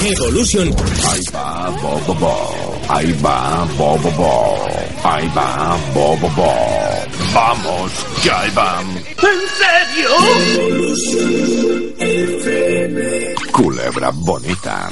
Evolution. Ahí va Bobo Bo. Ahí va Bobo Bo. Ahí va Bobo Bo. Vamos, que ahí va. ¿En serio? Culebra bonita.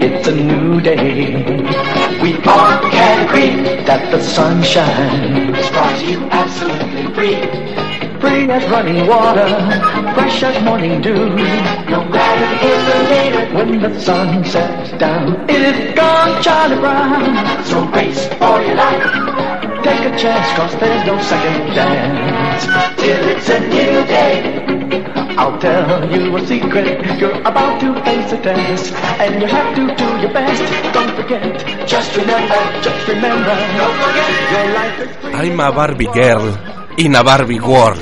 It's a new day. We all can agree that the sun shines. Brought you absolutely free. Free as running water, fresh as morning dew. No matter in the later, when the sun sets down, it is gone, Charlie Brown. So race for your life. Take a chance, cause there's no second chance. Till it's a new day. I'll tell you a secret. You're about to face a test, and you have to do your best. Don't forget, just remember, just remember. Don't forget, your life is free. I'm a Barbie girl in a Barbie world.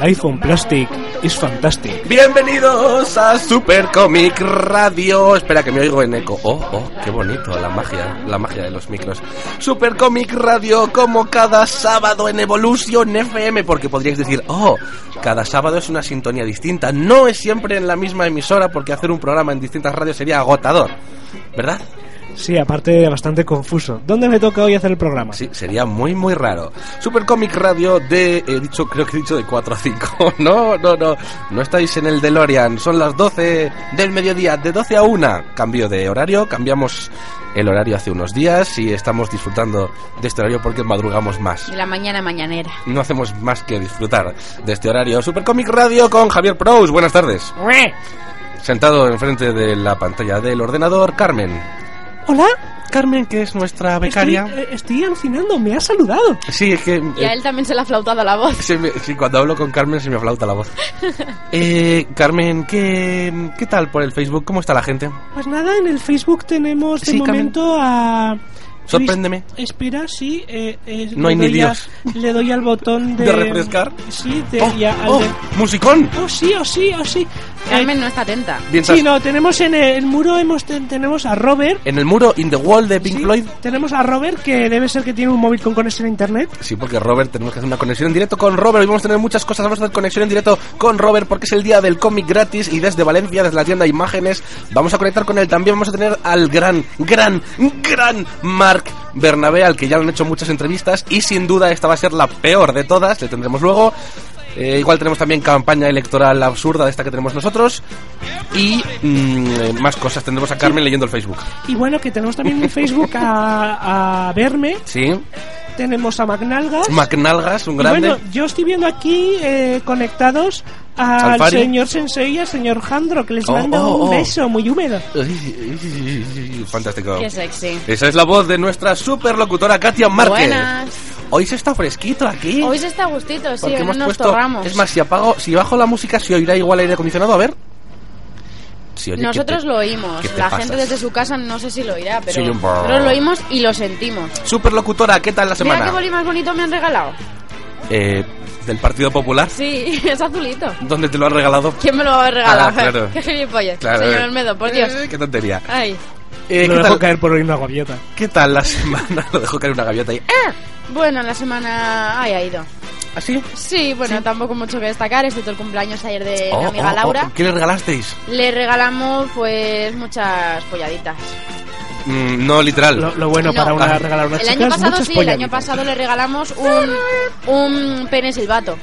iPhone Plastic is fantastic. Bienvenidos a Super Comic Radio. Espera que me oigo en eco. Oh, oh, qué bonito, la magia, la magia de los micros. Super Comic Radio, como cada sábado en Evolution FM, porque podríais decir, oh, cada sábado es una sintonía distinta. No es siempre en la misma emisora, porque hacer un programa en distintas radios sería agotador, ¿verdad? Sí, aparte bastante confuso. ¿Dónde me toca hoy hacer el programa? Sí, sería muy, muy raro. Supercomic Radio de, he dicho, creo que he dicho de 4 a 5. No, no, no. No estáis en el DeLorean. Son las 12 del mediodía, de 12 a 1. Cambio de horario, cambiamos el horario hace unos días y estamos disfrutando de este horario porque madrugamos más. De la mañana mañanera. No hacemos más que disfrutar de este horario. Supercomic Radio con Javier Prous. Buenas tardes. Sentado enfrente de la pantalla del ordenador, Carmen. Hola, Carmen, que es nuestra estoy, becaria. eh, estoy alucinando, me has saludado. Sí, es que... eh, Y a él también se le ha flautado la voz. Se me- sí, cuando hablo con Carmen se me flauta la voz. Eh, Carmen, ¿qué, ¿qué tal por el Facebook? ¿Cómo está la gente? Pues nada, en el Facebook tenemos de Sí, Carmen. momento a... Sorpréndeme. Luis- Espera, sí. eh, eh, No le hay ni doy a- Dios. le doy al botón de... ¿De refrescar? Sí, de... ¡Oh, y a- al oh, de- musicón! oh, sí, oh, sí, oh, sí. Eh, Carmen no está atenta. Bien, sí, no, tenemos en el muro hemos ten- tenemos a Robert. En el muro In the Wall de Pink Sí, Floyd. Tenemos a Robert, que debe ser que tiene un móvil con conexión a internet. Sí, porque Robert, tenemos que hacer una conexión en directo con Robert. Hoy vamos a tener muchas cosas. Vamos a hacer conexión en directo con Robert porque es el día del cómic gratis y desde Valencia, desde la tienda Imágenes, vamos a conectar con él. También vamos a tener al gran, gran, gran Mark Bernabé, al que ya le han hecho muchas entrevistas y sin duda esta va a ser la peor de todas. Le tendremos luego. Eh, igual tenemos también campaña electoral absurda de esta que tenemos nosotros y mm, eh, más cosas. Tendremos a Carmen leyendo el Facebook. Y bueno, que tenemos también en Facebook a, a Verme, Sí, tenemos a Magnalgas. McNalgas, un Y grande. Bueno, yo estoy viendo aquí eh, conectados al Alfari. señor Sensei y al señor Jandro, que les Oh, mando oh, oh. un beso muy húmedo. Fantástico. Qué sexy. Esa es la voz de nuestra superlocutora Katia Márquez. Buenas. Hoy se está fresquito aquí. Hoy se está a gustito, sí, porque no hemos nos puesto. torramos. Es más, si apago, si bajo la música, se oirá igual aire acondicionado. A ver. Sí, oye, ¿qué Nosotros te- lo oímos. qué te La pasas? gente desde su casa no sé si lo oirá, pero Sí, un poco. nosotros lo oímos y lo sentimos. Superlocutora, ¿qué tal la Mira qué semana? boli más bonito me han regalado. Eh, del Partido Popular, Sí, es azulito. ¿dónde te lo han regalado? ¿Quién me lo va a haber regalado? Ah, claro. qué gilipollas. Claro. Señor Olmedo, por Dios. Eh, qué tontería. Ay. Eh, Lo ¿qué, dejo tal, caer por hoy una gaviota. qué tal la semana? lo dejo caer una gaviota ahí. ¿Ah, Eh, Bueno, la semana ay, ha ido. ¿Así? Sí, bueno, tampoco mucho que destacar, excepto el cumpleaños ayer de Oh, oh, mi Eh, amiga oh, Laura. ¿Qué le regalasteis? Le regalamos pues muchas polladitas. Mm, no, literal. Lo, lo bueno No. para una, Ah. regalar a una El año pasado sí, el año pasado pasado le regalamos un, un pene silbato.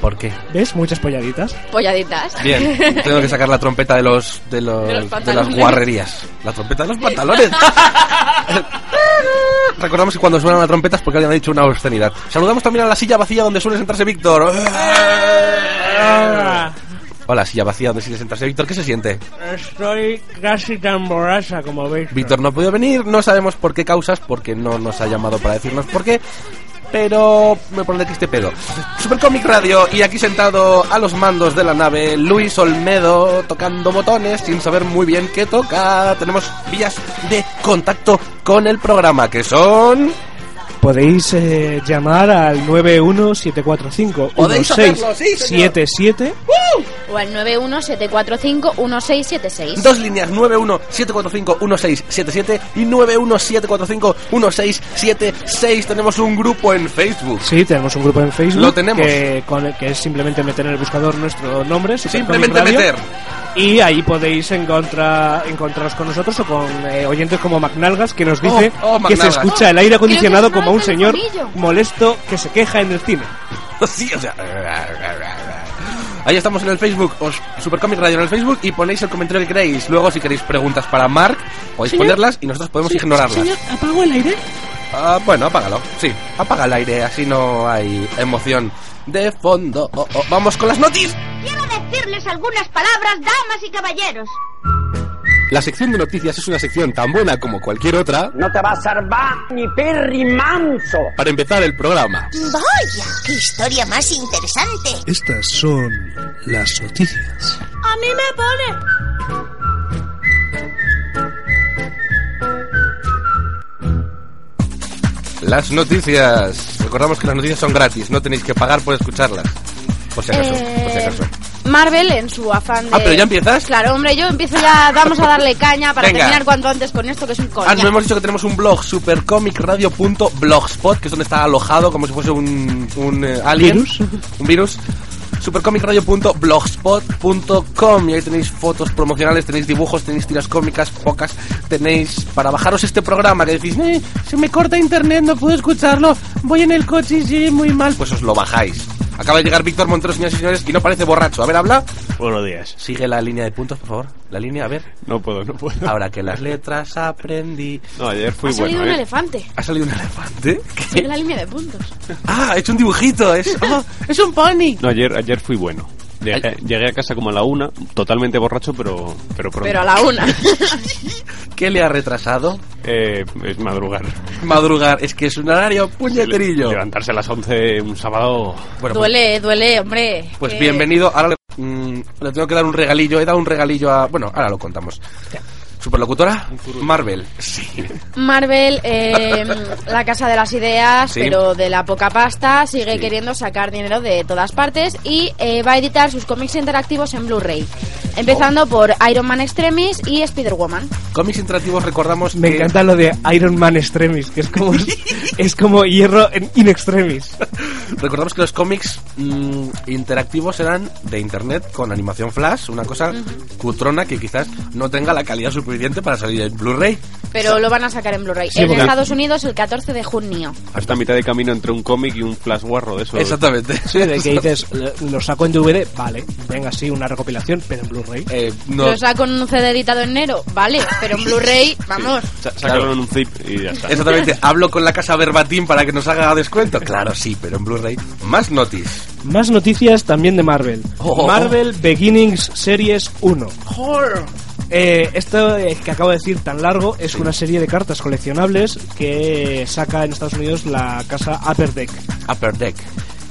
¿Por qué? ¿Ves? Muchas polladitas. Polladitas. Bien, tengo que sacar la trompeta de los de los De los de las pantalones. guarrerías. La trompeta de los pantalones. Recordamos que cuando suenan las trompetas porque alguien ha dicho una obscenidad. Saludamos también a la silla vacía donde suele sentarse Víctor. ¡Eh! Ah, Hola, silla vacía donde suele sentarse Víctor. ¿Qué se siente? Estoy casi tan borracha como veis. Víctor no ha podido venir, no sabemos por qué causas, porque no nos ha llamado para decirnos por qué. Pero me pone que este pedo. Supercomic Radio y aquí sentado a los mandos de la nave, Luis Olmedo tocando botones sin saber muy bien qué toca. Tenemos vías de contacto con el programa que son... Podéis eh, llamar al 91745 Podéis hacerlo, sí, señor. 1677 O al 917451676. Dos líneas, 917451677 y 917451676. Tenemos un grupo en Facebook. Sí, tenemos un grupo en Facebook. Lo tenemos. Que, con el- que es simplemente meter en el buscador nuestro nombre. Supercomic Simplemente Radio, meter. Y ahí podéis encontrar, encontraros con nosotros o con eh, oyentes como McNalgas que nos dice Oh, oh, que se McNalgas. escucha el aire acondicionado Creo que como un sonaba el señor telefonillo. molesto que se queja en el cine. Sí, o sea. Ahí estamos en el Facebook, os Supercomic Radio en el Facebook y ponéis el comentario que queréis. Luego, si queréis preguntas para Mark, podéis ponerlas y nosotros podemos ignorarlas. ¿apago el aire? Ah, bueno, apágalo. Sí, apaga el aire, así no hay emoción de fondo. Oh, oh, Vamos con las noticias. Quiero decirles algunas palabras, damas y caballeros. La sección de noticias es una sección tan buena como cualquier otra No te va a salvar ni perri manso. para empezar el programa. Vaya, qué historia más interesante. Estas son las noticias. A mí me pone. Las noticias. Recordamos que las noticias son gratis, no tenéis que pagar por escucharlas. Por si acaso, por si Eh, acaso. Marvel en su afán de... Ah, ¿pero ya empiezas? Claro, hombre, yo empiezo ya, vamos a darle caña para Venga. terminar cuanto antes con esto que es un coñac. Ah, no hemos dicho que tenemos un blog, supercomicradio.blogspot, que es donde está alojado como si fuese un, un eh, alien. ¿Virus? Un virus. supercomicradio.blogspot.com y ahí tenéis fotos promocionales, tenéis dibujos, tenéis tiras cómicas, pocas, tenéis para bajaros este programa que decís, "Eh, se me corta internet, no puedo escucharlo, voy en el coche y sí, muy mal. Pues os lo bajáis. Acaba de llegar Víctor Montero, señores y señores, y no parece borracho. A ver, habla. Buenos días. Sigue la línea de puntos, por favor. La línea, a ver. No puedo, no puedo. Ahora que las letras aprendí. No, ayer Ha fui salido bueno, un ¿eh? elefante. ¿Ha salido un elefante? Sigue la línea de puntos. Ah, ha hecho un dibujito. Es, ah, es un pony. No, ayer, ayer fui bueno. Llegué, Ay. llegué a casa como a la una, totalmente borracho, pero pero pronto. Pero a la una. ¿Qué le ha retrasado? Eh, es madrugar. Madrugar. Es que es un horario puñeterillo. Levantarse a las 11 un sábado. Bueno, pues- duele, duele, hombre. Pues que- bienvenido. Ahora le, mm, le tengo que dar un regalillo. He dado un regalillo a... Bueno, ahora lo contamos. Superlocutora, Marvel. Sí. Marvel, eh, la casa de las ideas, Sí. pero de la poca pasta, sigue queriendo sacar dinero de todas partes y eh, va a editar sus cómics interactivos en Blu-ray. Empezando por Iron Man Extremis y Spider-Woman. Cómics interactivos recordamos Me que- encanta lo de Iron Man Extremis, que es como, es como hierro en in extremis. Recordamos que los cómics mm, interactivos eran de internet con animación flash, una cosa cutrona que quizás no tenga la calidad suficiente para salir en Blu-ray. Pero lo van a sacar en Blu-ray. Sí, en porque- Estados Unidos el 14 de junio. Hasta mitad de camino entre un cómic y un flash guarro de eso. Exactamente. Sí, de que dices, lo, lo saco en DVD, vale, venga, sí, una recopilación, pero en Blu-ray. Eh, no, Lo saco en un CD editado en enero, vale, pero en Blu-ray, vamos. Sacaron Claro. un zip y ya está. Exactamente, hablo con la casa verbatim para que nos haga descuento. Claro, sí, pero en Blu-ray. Más notis. Más noticias también de Marvel. Oh. Marvel Beginnings Series 1. Eh, esto eh, que acabo de decir tan largo es una serie de cartas coleccionables que saca en Estados Unidos la casa Upper Deck. Upper Deck.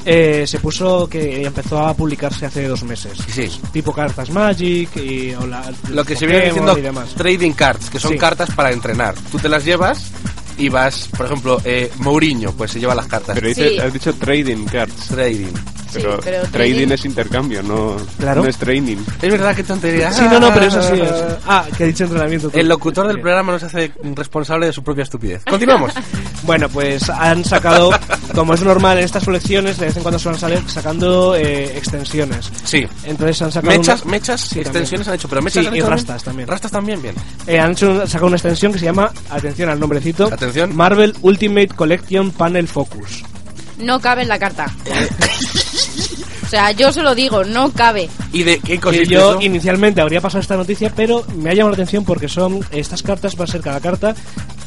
Eh, se puso que empezó a publicarse hace dos meses. Sí. Tipo cartas Magic y o la- Lo que se Pokémon viene diciendo y demás. trading cards, que son Sí. cartas para entrenar. Tú te las llevas y vas, por ejemplo, eh, Mourinho, pues se lleva las cartas. Pero dice- Sí. has dicho trading cards. Trading. Sí, Pero, pero trading, trading- es intercambio, no, Claro. no es training. Es verdad que tontería. Sí, no, no, pero eso sí es. Ah, que he dicho entrenamiento. El locutor del programa nos hace responsable de su propia estupidez. Continuamos. Bueno, pues han sacado, como es normal en estas colecciones, de vez en cuando se van sale- sacando eh, extensiones. Sí. Entonces han sacado. Mechas, Eh, una- mechas, Sí, también. extensiones han hecho, pero mechas Sí, han y hecho rastas también. Rastas también, bien. Eh, han hecho, un- sacado una extensión que se llama, atención al nombrecito, Atención. Marvel Ultimate Collection Panel Focus. No cabe en la carta. sea, yo se lo digo, no cabe. ¿Y de qué que consiste yo Pues eso? inicialmente habría pasado esta noticia, pero me ha llamado la atención porque son estas cartas, va a ser cada carta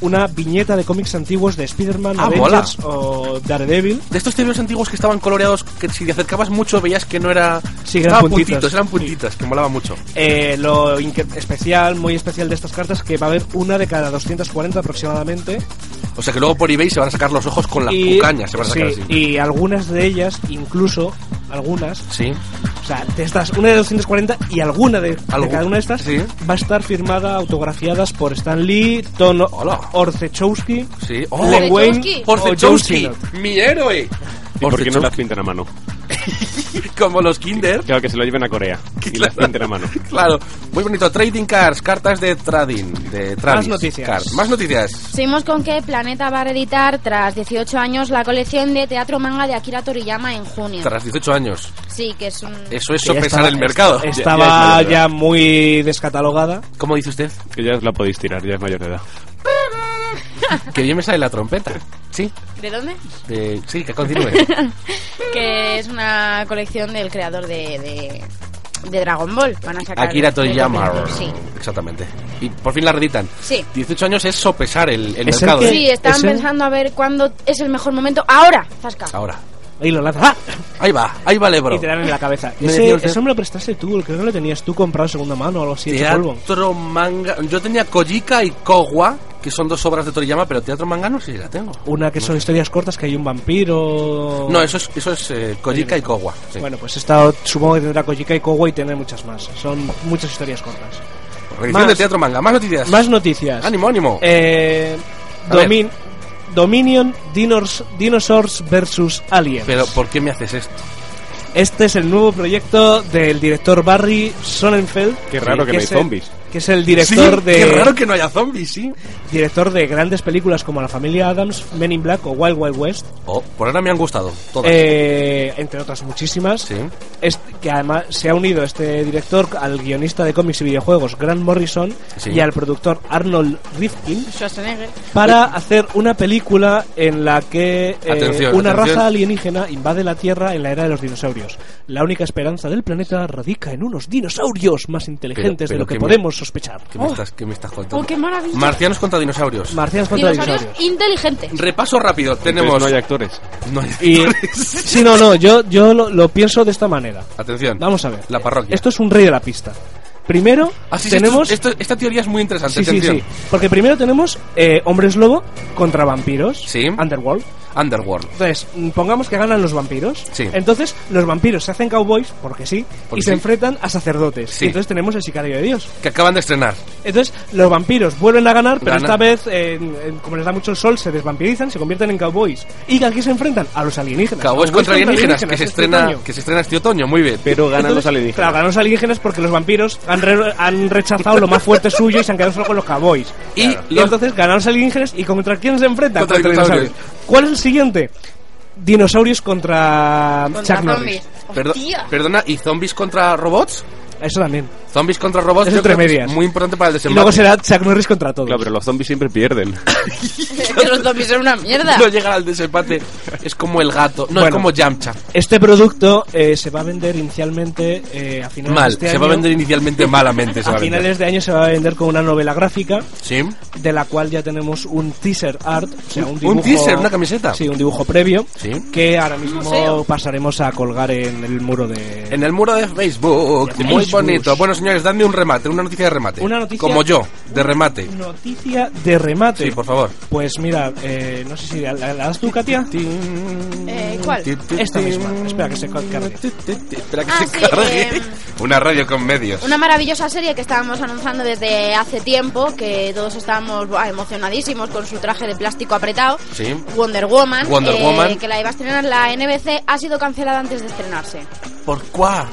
una viñeta de cómics antiguos de Spider-Man, Ah, Avengers o Daredevil. De estos tebeos antiguos que estaban coloreados, que si te acercabas mucho veías que no era... Sí, eran Estaba a puntitos. puntitos, eran puntitas, que molaba mucho. Eh, lo inque- especial, muy especial de estas cartas, que va a haber una de cada 240 aproximadamente. O sea que luego por eBay se van a sacar los ojos con las Y- cucañas, se van a sacar sí, así. Y algunas de ellas, incluso algunas, Sí. o sea, de estas, una de 240 y alguna de, de Algu- cada una de estas va a estar firmada, autografiadas por Stan Lee, Tom Orzechowski, Sí. Oh, Len Wayne o Joe Orzechowski, Sinnott. mi héroe. ¿Y por qué no las pintan a mano? Como los Kinder. Claro, que se lo lleven a Corea. Y las pinten a mano. Claro, muy bonito. Trading Cards, cartas de trading. De Travis noticias. Card. Más noticias. Seguimos con que Planeta va a reeditar tras 18 años la colección de teatro manga de Akira Toriyama en junio. Tras 18 años. Sí, que es un... Eso es Que ya sopesar estaba- el mercado. Estaba ya, muy descatalogada. ¿Cómo dice usted? Que ya la podéis tirar, ya es mayor de edad. Que bien me sale la trompeta. Sí, ¿De dónde? eh, sí, que continúe. que es una colección del creador de, de, de Dragon Ball. Van a sacar Akira de- Toriyama. de- Sí. Exactamente. Y por fin la reditan. Sí. 18 años es sopesar el, el Es el mercado. que- ¿eh? Sí, están ese- pensando a ver cuándo es el mejor momento. Ahora, Zasca. Ahora. Ahí lo lanza. ¡Ah! Ahí va, ahí va Lebro. Y te dan en la cabeza. Me Ese, decía usted- ese me lo prestaste tú, creo que lo tenías tú comprado en segunda mano o algo así. hecho polvo. Teatro manga. Yo tenía Kojika y Kowa, que son dos obras de Toriyama, pero teatro manga no sé si la tengo. Una que son historias cortas, que hay un vampiro. No, eso es, eso es eh, Kojika y Kowa. sí. Bueno, pues esta supongo que tendrá Kojika y Kowa y tendrá muchas más. Son muchas historias cortas. Revisión más- de teatro manga. Más noticias. Más noticias. Ánimo, ánimo. Eh, A ver. Domin- Dominion Dinors- Dinosaurs vs. Aliens. Pero, ¿por qué me haces esto? Este es el nuevo proyecto del director Barry Sonnenfeld. Qué raro que no hay es el- zombies. Que es el director Sí, de Qué raro que no haya zombies, sí. director de grandes películas como La familia Adams, Men in Black o Wild Wild West, Oh, por ahora me han gustado. Todas. eh, entre otras muchísimas. Sí. Est- que además se ha unido este director al guionista de cómics y videojuegos Grant Morrison Sí. y al productor Arnold Rifkin Schwarzenegger. para hacer una película en la que eh, Atención, una atención. raza alienígena invade la Tierra en la era de los dinosaurios. La única esperanza del planeta radica en unos dinosaurios más inteligentes pero de lo que ¿qué me- podemos sospechar. ¿Qué, me estás, qué me estás contando? Oh, qué maravilla. Marcianos contra dinosaurios. Marcianos contra Dinosaurios dinosaurios. inteligentes. Repaso rápido. Tenemos. Entonces no hay actores. no hay- Y, sí, no, no, yo, yo lo, lo pienso de esta manera. Atención. Vamos a ver. La parroquia. Esto es un rey de la pista. Primero Ah, sí, sí, tenemos... esto- esto- esta teoría es muy interesante. Sí, sí, atención. sí. Porque primero tenemos eh, hombres lobo contra vampiros. Sí. Underworld. Underworld. Entonces, mm, pongamos que ganan los vampiros. Sí. Entonces, los vampiros se hacen cowboys, porque sí, Porque y se sí. enfrentan a sacerdotes. Sí. Y entonces tenemos el sicario de Dios. Que acaban de estrenar. Entonces, los vampiros vuelven a ganar, pero Ganan. esta vez, eh, en- como les da mucho el sol, se desvampirizan, se convierten en cowboys. ¿Y aquí se enfrentan a los alienígenas. Cowboys contra alienígenas, que se, este estrena, otoño. que se estrena este otoño. Muy bien. Pero ganan los Entonces, alienígenas. Claro, ganan los alienígenas porque los vampiros han, re- han rechazado lo más fuerte suyo y se han quedado solo con los cowboys. Y Claro. los- entonces ganan los alienígenas y contra quién se enfrentan? Contra dinosaurios. ¿Cuál es el siguiente? Dinosaurios contra, Contra Chuck Norris. zombies. Perdo- Hostia. perdona, ¿y zombies contra robots? Eso también. Zombies contra robots Es yo entre creo que es medias. muy importante para el Y desembarco. luego será Chuck Norris contra todos. Claro, pero los zombies siempre pierden. Que los zombies son una mierda. No llegar al desempate. Es como el gato. No, es Bueno. como Yamcha. Este producto eh, se va a vender inicialmente eh, a finales Mal. de este se va a año. vender inicialmente malamente. Se va A a vender. finales de año se va a vender con una novela gráfica Sí. de la cual ya tenemos un teaser art, o sea, un Un dibujo... teaser, una camiseta. Sí, un dibujo previo, Sí. que ahora mismo museo. pasaremos a colgar en el muro de... En el muro de Facebook. De Muy Facebook. bonito. Bueno, señores, dadme un remate, una noticia de remate. Una noticia- Como yo, de remate. Noticia de remate. Sí, por favor. Pues mira, eh, no sé si la, la- la das tú, Katia. Eh, ¿cuál? Esta misma. Espera que se cargue. Espera que se Ah, sí, cargue. eh, Una radio con medios. Una maravillosa serie que estábamos anunciando desde hace tiempo, que todos estábamos buah, emocionadísimos con su traje de plástico apretado. Sí. Wonder Woman, Wonder eh, Woman. que la iba a estrenar la NBC, ha sido cancelada antes de estrenarse. ¿Por cuá?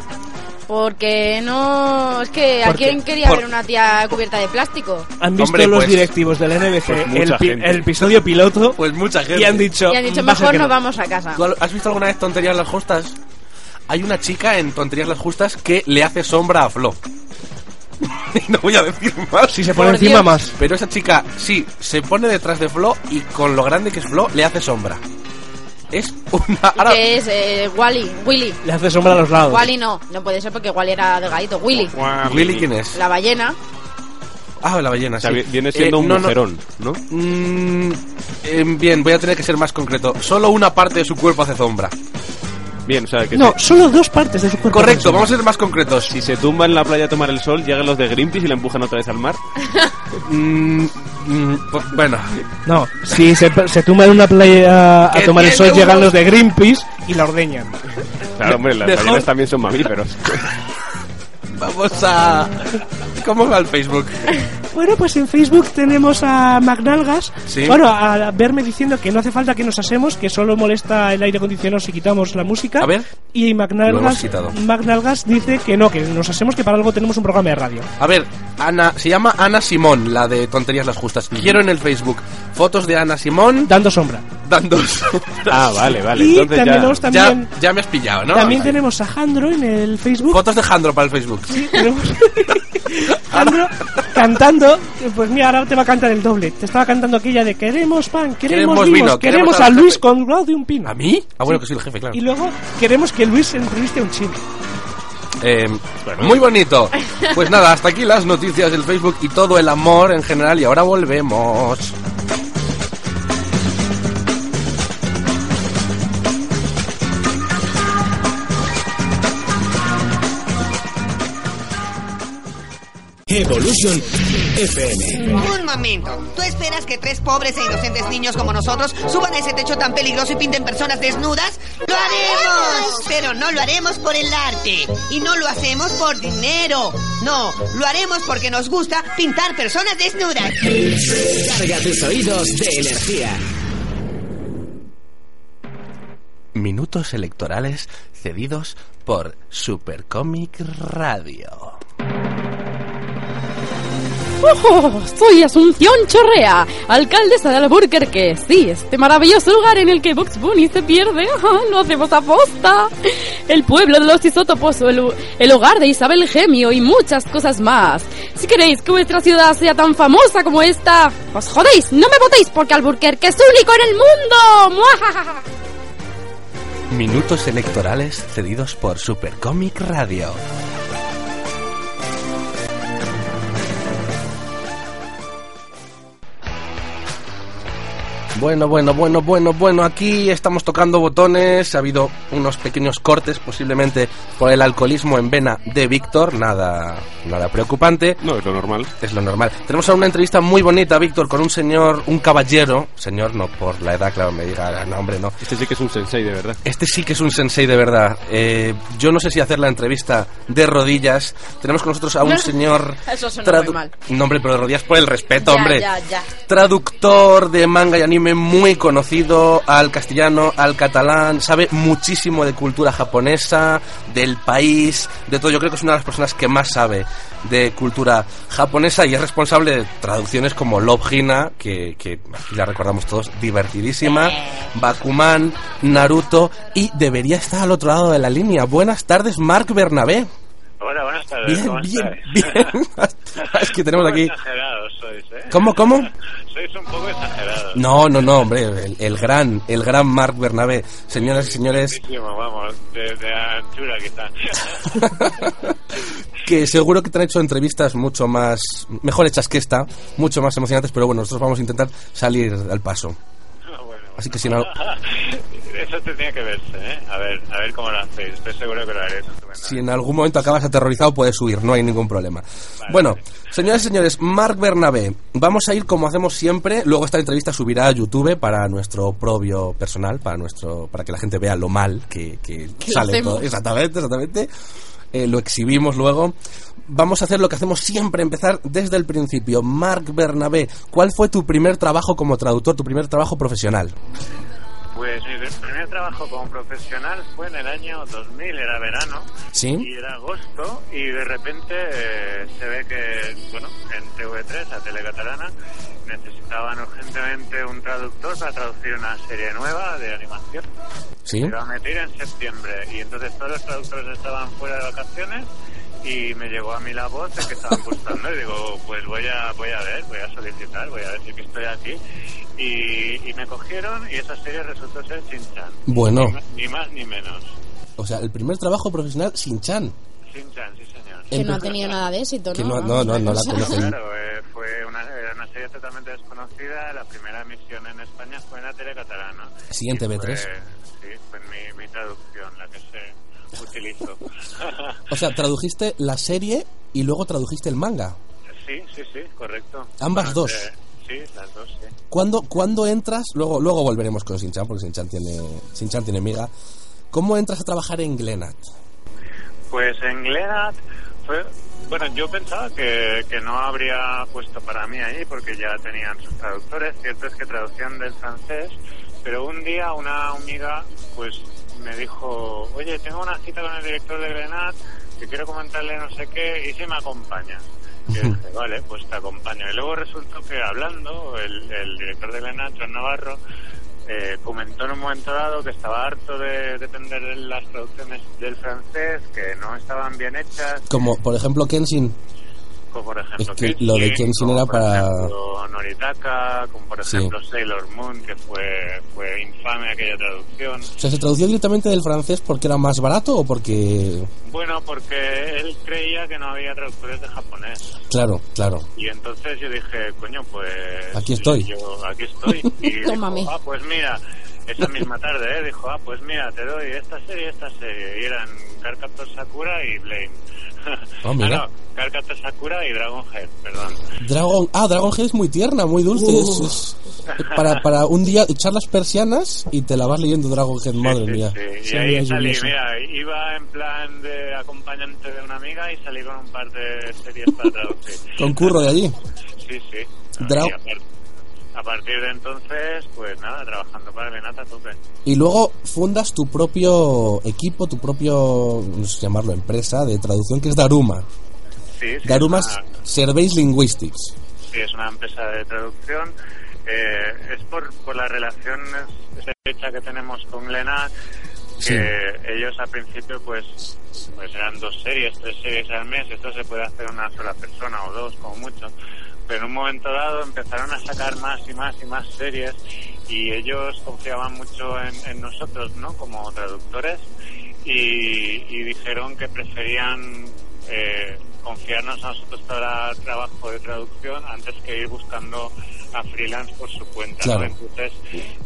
Porque no. Es que ¿a ¿Por qué? quién quería Por- ver una tía cubierta de plástico? Han visto Hombre, los pues- directivos del NBC pues mucha el, pi- gente. el episodio piloto Pues mucha gente. y han dicho... Y han dicho, "Va a ser mejor que nos vamos a casa. ¿Tú ¿Has visto alguna vez Tonterías las Justas? Hay una chica en Tonterías las Justas que le hace sombra a Flo. Y no voy a decir más. Si se pone Por encima Dios. más. Pero esa chica, sí, se pone detrás de Flo y con lo grande que es Flo, le hace sombra. es una... ahora- Que es eh, Wally, Willy. Le hace sombra a los lados. Wally no, no puede ser porque Wally era delgadito. Willy. ¿Willy quién es? La ballena. Ah, la ballena, sí. Eh, sea, vi- viene siendo un mujerón, ¿no? Mm, eh, bien, voy a tener que ser más concreto. Solo una parte de su cuerpo hace sombra. Bien, o sea, que No, solo dos partes de su cuerpo. Correcto, vamos a ser más concretos. Si se tumba en la playa a tomar el sol, llegan los de Greenpeace y la empujan otra vez al mar. Mm, mm, pues, bueno, No, si se, se tumba en una playa a Que tomar el sol, tiene llegan unos- los de Greenpeace y la ordeñan. Claro, hombre, las Mejor- ballenas también son mamíferos. vamos a... ¿Cómo va el Facebook? Bueno, pues en Facebook tenemos a Magnalgas. Sí. Bueno, a verme diciendo que no hace falta que nos asemos, que solo molesta el aire acondicionado si quitamos la música. A ver. Y Lo hemos Magnalgas, quitado. Magnalgas dice que no, que nos asemos, que para algo tenemos un programa de radio. A ver, Ana, se llama Ana Simón, la de Tonterías las Justas. Quiero en el Facebook fotos de Ana Simón Dando sombra. dando... Ah, vale, vale. y Entonces también, ya. los- ya, también, ya me has pillado, ¿no? también Vale. tenemos a Jandro en el Facebook. Fotos de Jandro para el Facebook. Tenemos- Jandro cantando, pues mira, ahora te va a cantar el doble. Te estaba cantando aquella de queremos pan, queremos, Queremos vinos, vino, queremos, queremos a al Luis jefe". con grado de un pino. ¿A mí? Ah, bueno, que soy el jefe, claro. Y luego queremos que Luis entreviste a un chino. Eh, muy bonito. Pues nada, hasta aquí las noticias del Facebook y todo el amor en general. Y ahora volvemos. Evolution FM. Un momento. ¿Tú esperas que tres pobres e inocentes niños como nosotros suban a ese techo tan peligroso y pinten personas desnudas? ¡Lo haremos! Pero no lo haremos por el arte. Y no lo hacemos por dinero. No, lo haremos porque nos gusta pintar personas desnudas. Carga tus oídos de energía. Minutos electorales cedidos por Supercomic Radio. ¡Ojo! Soy Asunción Chorrea, alcaldesa de Alburquerque. Sí, este maravilloso lugar en el que Box Bunny se pierde. ¡Ah, ¡Lo hacemos a posta! El pueblo de los isótopos, el, el hogar de Isabel Gemio y muchas cosas más. Si queréis que vuestra ciudad sea tan famosa como esta, ¡os jodéis! ¡No me votéis porque Alburquerque es único en el mundo! ¡Muajajaja! Minutos electorales cedidos por Supercomic Radio. Bueno, bueno, bueno, bueno, bueno, aquí estamos tocando botones, ha habido unos pequeños cortes posiblemente por el alcoholismo en vena de Víctor, nada, nada preocupante. No, es lo normal. Es lo normal. Tenemos ahora una entrevista muy bonita, Víctor, con un señor, un caballero, señor no por la edad, claro, me diga, "Ah, no hombre, no. Este sí que es un sensei, de verdad. Este sí que es un sensei de verdad. Eh, yo no sé si hacer la entrevista de rodillas. Tenemos con nosotros a un señor... Eso suena muy tradu- mal. No, hombre, pero de rodillas por el respeto, Ya, hombre ya, ya. traductor de manga y anime muy conocido al castellano, al catalán, sabe muchísimo de cultura japonesa, del país, de todo. Yo creo que es una de las personas que más sabe de cultura japonesa y es responsable de traducciones como Love Hina, que, que aquí la recordamos todos, divertidísima, Bakuman, Naruto y debería estar al otro lado de la línea. Buenas tardes, Marc Bernabé. Hola, buenas tardes. Bien, Eh, ¿cómo bien, estáis? bien. Es que tenemos Un poco aquí... Exagerados sois, ¿eh? ¿Cómo, cómo? Sois un poco exagerados. No, no, no, hombre, el, el gran, el gran Marc Bernabé. Señoras y señores, Muchísimo, vamos, de, de anchura quizá. que seguro que te han hecho entrevistas mucho más, mejor hechas que esta, mucho más emocionantes, pero bueno, nosotros vamos a intentar salir al paso. Así que si no, Eso tenía que verse, ¿eh? A ver, a ver cómo lo hacéis. Estoy seguro que lo haréis. si en algún momento acabas aterrorizado, puedes huir, no hay ningún problema. Bueno, señoras y señores, Marc Bernabé, vamos a ir como hacemos siempre. Luego esta entrevista subirá a YouTube para nuestro propio personal, para nuestro, para que la gente vea lo mal que, que Que lo sale hacemos. todo. Exactamente, exactamente. Eh, lo exhibimos luego. Vamos a hacer lo que hacemos siempre, empezar desde el principio. Marc Bernabé, ¿cuál fue tu primer trabajo como traductor, tu primer trabajo profesional? Pues mi primer trabajo como profesional fue en el año 2000, era verano. Sí. Y era agosto, y de repente eh, se ve que, bueno, en TV3, la tele catalana, necesitaban urgentemente un traductor para traducir una serie nueva de animación. Sí. Se iba a meter en septiembre, y entonces todos los traductores estaban fuera de vacaciones. y me llegó a mí la voz de que estaban buscando y digo, pues voy a, voy a ver, voy a solicitar, voy a decir que estoy aquí. Y, y me cogieron y esa serie resultó ser Shin-Chan. Bueno. Ni más, ni más ni menos. O sea, el primer trabajo profesional sin Chan. Shin-Chan, sí señor. Que no ha tenido nada de éxito, Que ¿no? no- no, no, no la conocen. Claro, eh, fue una, era una serie totalmente desconocida. La primera emisión en España fue en la tele catalana. Siguiente Y fue- B3. Sí, fue mi, mi traducción la que se utilizó. O sea, tradujiste la serie y luego tradujiste el manga. sí, sí, sí, correcto. Ambas dos. eh, sí, las dos, sí. ¿Cuándo, cuándo entras? Luego, luego volveremos con Sinchan, porque Sinchan tiene, Sinchan tiene miga. ¿Cómo entras a trabajar en Glenat? Pues en Glenat fue... Bueno, yo pensaba que, que no habría puesto para mí ahí porque ya tenían sus traductores. Cierto es que traducían del francés, pero un día una amiga pues me dijo, oye, tengo una cita con el director de Glenat que quiero comentarle no sé qué y si me acompaña. Y yo dije, vale, pues te acompaño. Y luego resultó que hablando, el, el director de Glenat, John Navarro, eh, comentó en un momento dado que estaba harto de depender de las traducciones del francés, que no estaban bien hechas, Como, por ejemplo, Kenshin. como por Es ejemplo que lo de Kenshin era para... ejemplo, Noritaka, como por Sí. ejemplo Sailor Moon, que fue, fue infame aquella traducción. O sea, ¿se tradució directamente del francés porque era más barato o porque...? Bueno, porque él creía que no había traductores de japonés. Claro, claro. Y entonces yo dije, coño, pues... Aquí estoy. yo- aquí estoy. Y dijo, Tómame. ah, pues mira, esa misma tarde, ¿eh? Dijo, ah, pues mira, te doy esta serie, esta serie. Y eran Carcaptor Sakura y Blame. Ah, mira. Ah, no, Carcaptor Sakura y Dragon Head, perdón. Dragon... Ah, Dragon Head es muy tierna, muy dulce. es- es- para, para un día echar las persianas y te la vas leyendo Dragon Head, madre mía. Sí, y ahí salí, mira, iba en plan de acompañante de una amiga y salí con un par de series para traducir. Concurro de allí. Sí, sí. Drau- Y a, par- a partir de entonces, pues nada, trabajando para Lenata a tope. Y luego fundas tu propio equipo, tu propio, no sé si llamarlo, empresa de traducción, que es Daruma. Sí, sí, Daruma es una- Surveys Linguistics. sí, es una empresa de traducción. Eh, es por, por la relación estrecha que tenemos con Lena, que Sí. ellos al principio pues, pues eran dos series, tres series al mes, esto se puede hacer una sola persona o dos como mucho, pero en un momento dado empezaron a sacar más y más y más series y ellos confiaban mucho en, en nosotros, ¿no? Como traductores y, y dijeron que preferían eh, confiarnos a nosotros para trabajo de traducción antes que ir buscando a freelance por su cuenta. ¿no? Claro. Entonces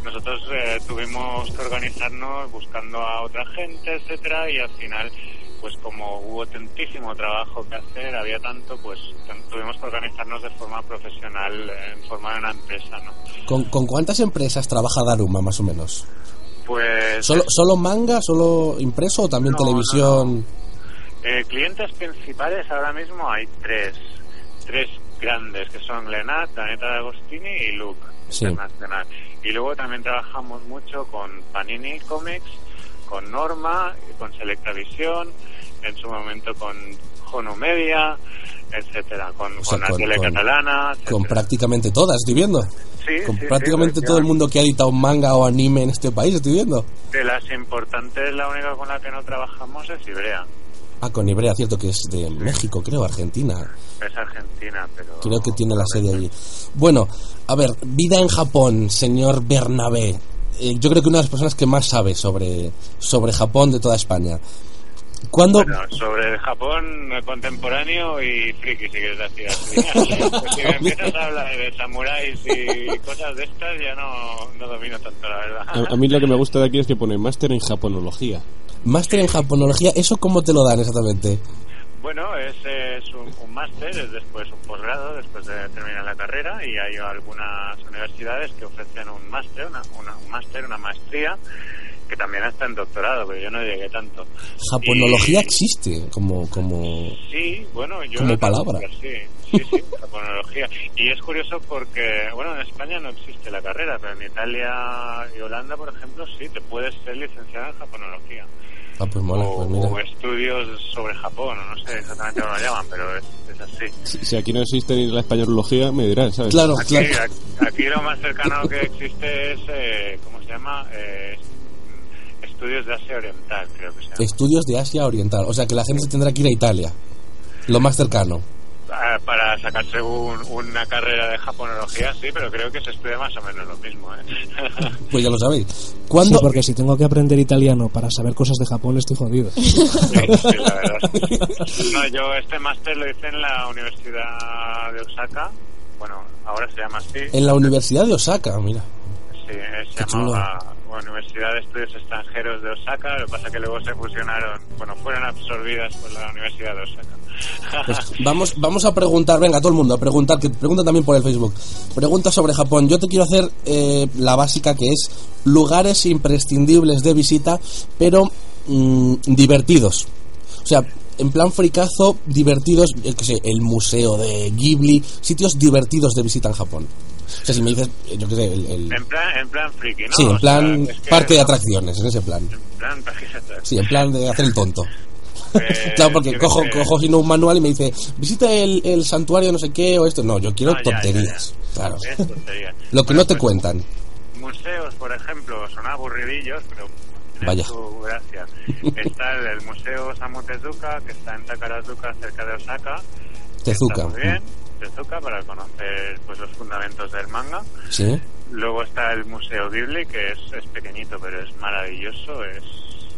nosotros eh, tuvimos que organizarnos buscando a otra gente, etcétera, y al final pues como hubo tantísimo trabajo que hacer, había tanto, pues tan- tuvimos que organizarnos de forma profesional, eh, en forma de una empresa, ¿no? ¿Con, con cuántas empresas trabaja Daruma, más o menos? Pues ¿Solo, solo manga, solo impreso o también No, televisión? Eh, clientes principales ahora mismo hay tres. Tres grandes, que son Lenat, Daneta D'Agostini y Luke Sí. Internacional. Y luego también trabajamos mucho con Panini Comics, con Norma, con Selecta Visión, en su momento con Jonu Media, etcétera, con, O sea, con la con- tele con- catalana. Con prácticamente todas, estoy viendo. Sí, Con sí, sí, prácticamente todo el mundo que ha editado manga o anime en este país, estoy viendo. De las importantes, la única con la que no trabajamos es Ibrea. Ah, con Ibrea, cierto que es de México, creo, Argentina. Es argentina, pero... Creo que tiene la sede allí. Bueno, a ver, vida en Japón, señor Bernabé. Eh, yo creo que una de las personas que más sabe sobre, sobre Japón de toda España. ¿Cuándo? Bueno, sobre el Japón eh, contemporáneo y friki, si quieres decir así. pues si me empiezas a hablar de samuráis y cosas de estas, ya no, no domino tanto, la verdad. A, a mí lo que me gusta de aquí es que pone máster en japonología. Máster en japonología, ¿eso cómo te lo dan exactamente? Bueno, es, eh, es un, un máster, es después un posgrado, después de terminar la carrera, y hay algunas universidades que ofrecen un máster, una, una- un máster, una maestría, que también está en doctorado, pero yo no llegué tanto. Japonología existe como, como Sí, bueno, yo... Como lo tengo palabra. que hacer, Sí, sí, sí, japonología. Y es curioso porque, bueno, en España no existe la carrera, pero en Italia y Holanda, por ejemplo, sí, te puedes ser licenciado en japonología. Ah, pues mola, o, pues mira. o estudios sobre Japón, o no sé exactamente cómo lo llaman, pero es, es así. Si, si aquí no existe ni la españolología, me dirán, ¿sabes? aquí, a- aquí lo más cercano que existe es, eh, ¿cómo se llama? Eh, mm, estudios de Asia Oriental, creo que se llama. estudios de Asia Oriental. O sea que la gente se tendrá que ir a Italia. Lo más cercano. Ah, para sacarse un- una carrera de japonología, sí, pero creo que se estudia más o menos lo mismo. ¿eh? Pues ya lo sabéis. ¿Cuándo? Sí, porque si tengo que aprender italiano para saber cosas de Japón, estoy jodido. Sí, la verdad. No, yo este máster lo hice en la Universidad de Osaka. Bueno, ahora se llama así. En la Universidad de Osaka, mira. Sí, eh, se Eh, Qué chulo. llamaba Universidad de Estudios Extranjeros de Osaka. Lo que pasa que luego se fusionaron, bueno, fueron absorbidas por la Universidad de Osaka. Pues vamos, vamos a preguntar, venga, todo el mundo, a preguntar, que preguntan también por el Facebook. Pregunta sobre Japón. Yo te quiero hacer eh, la básica que es lugares imprescindibles de visita, pero mm, divertidos. O sea, en plan fricazo, divertidos, yo qué sé, el museo de Ghibli, sitios divertidos de visita en Japón. O sea, si me dices, eh, yo qué sé, el... el- En plan, en plan friki, ¿no? sí, O en sea, plan es que- parque de atracciones, en ese plan. En plan parque de atracciones. Sí, en plan de hacer el tonto. Eh, Claro, porque yo cojo, qué sé. cojo sino un manual y me dice, visita el, el santuario no sé qué o esto. No, yo quiero Ah, ya, ya, tonterías. ya. pues, Claro. Es tontería. Lo que no te cuentan. Museos, por ejemplo, son aburridillos, pero tienen Vaya. su gracia. Está el, el Museo Samu Tezuka, que está en Takarazuka, cerca de Osaka. que Tezuka. mm. Está muy bien. Tezuka, para conocer pues, los fundamentos del manga. Sí. Luego está el Museo Ghibli, que es, es pequeñito, pero es maravilloso. Es,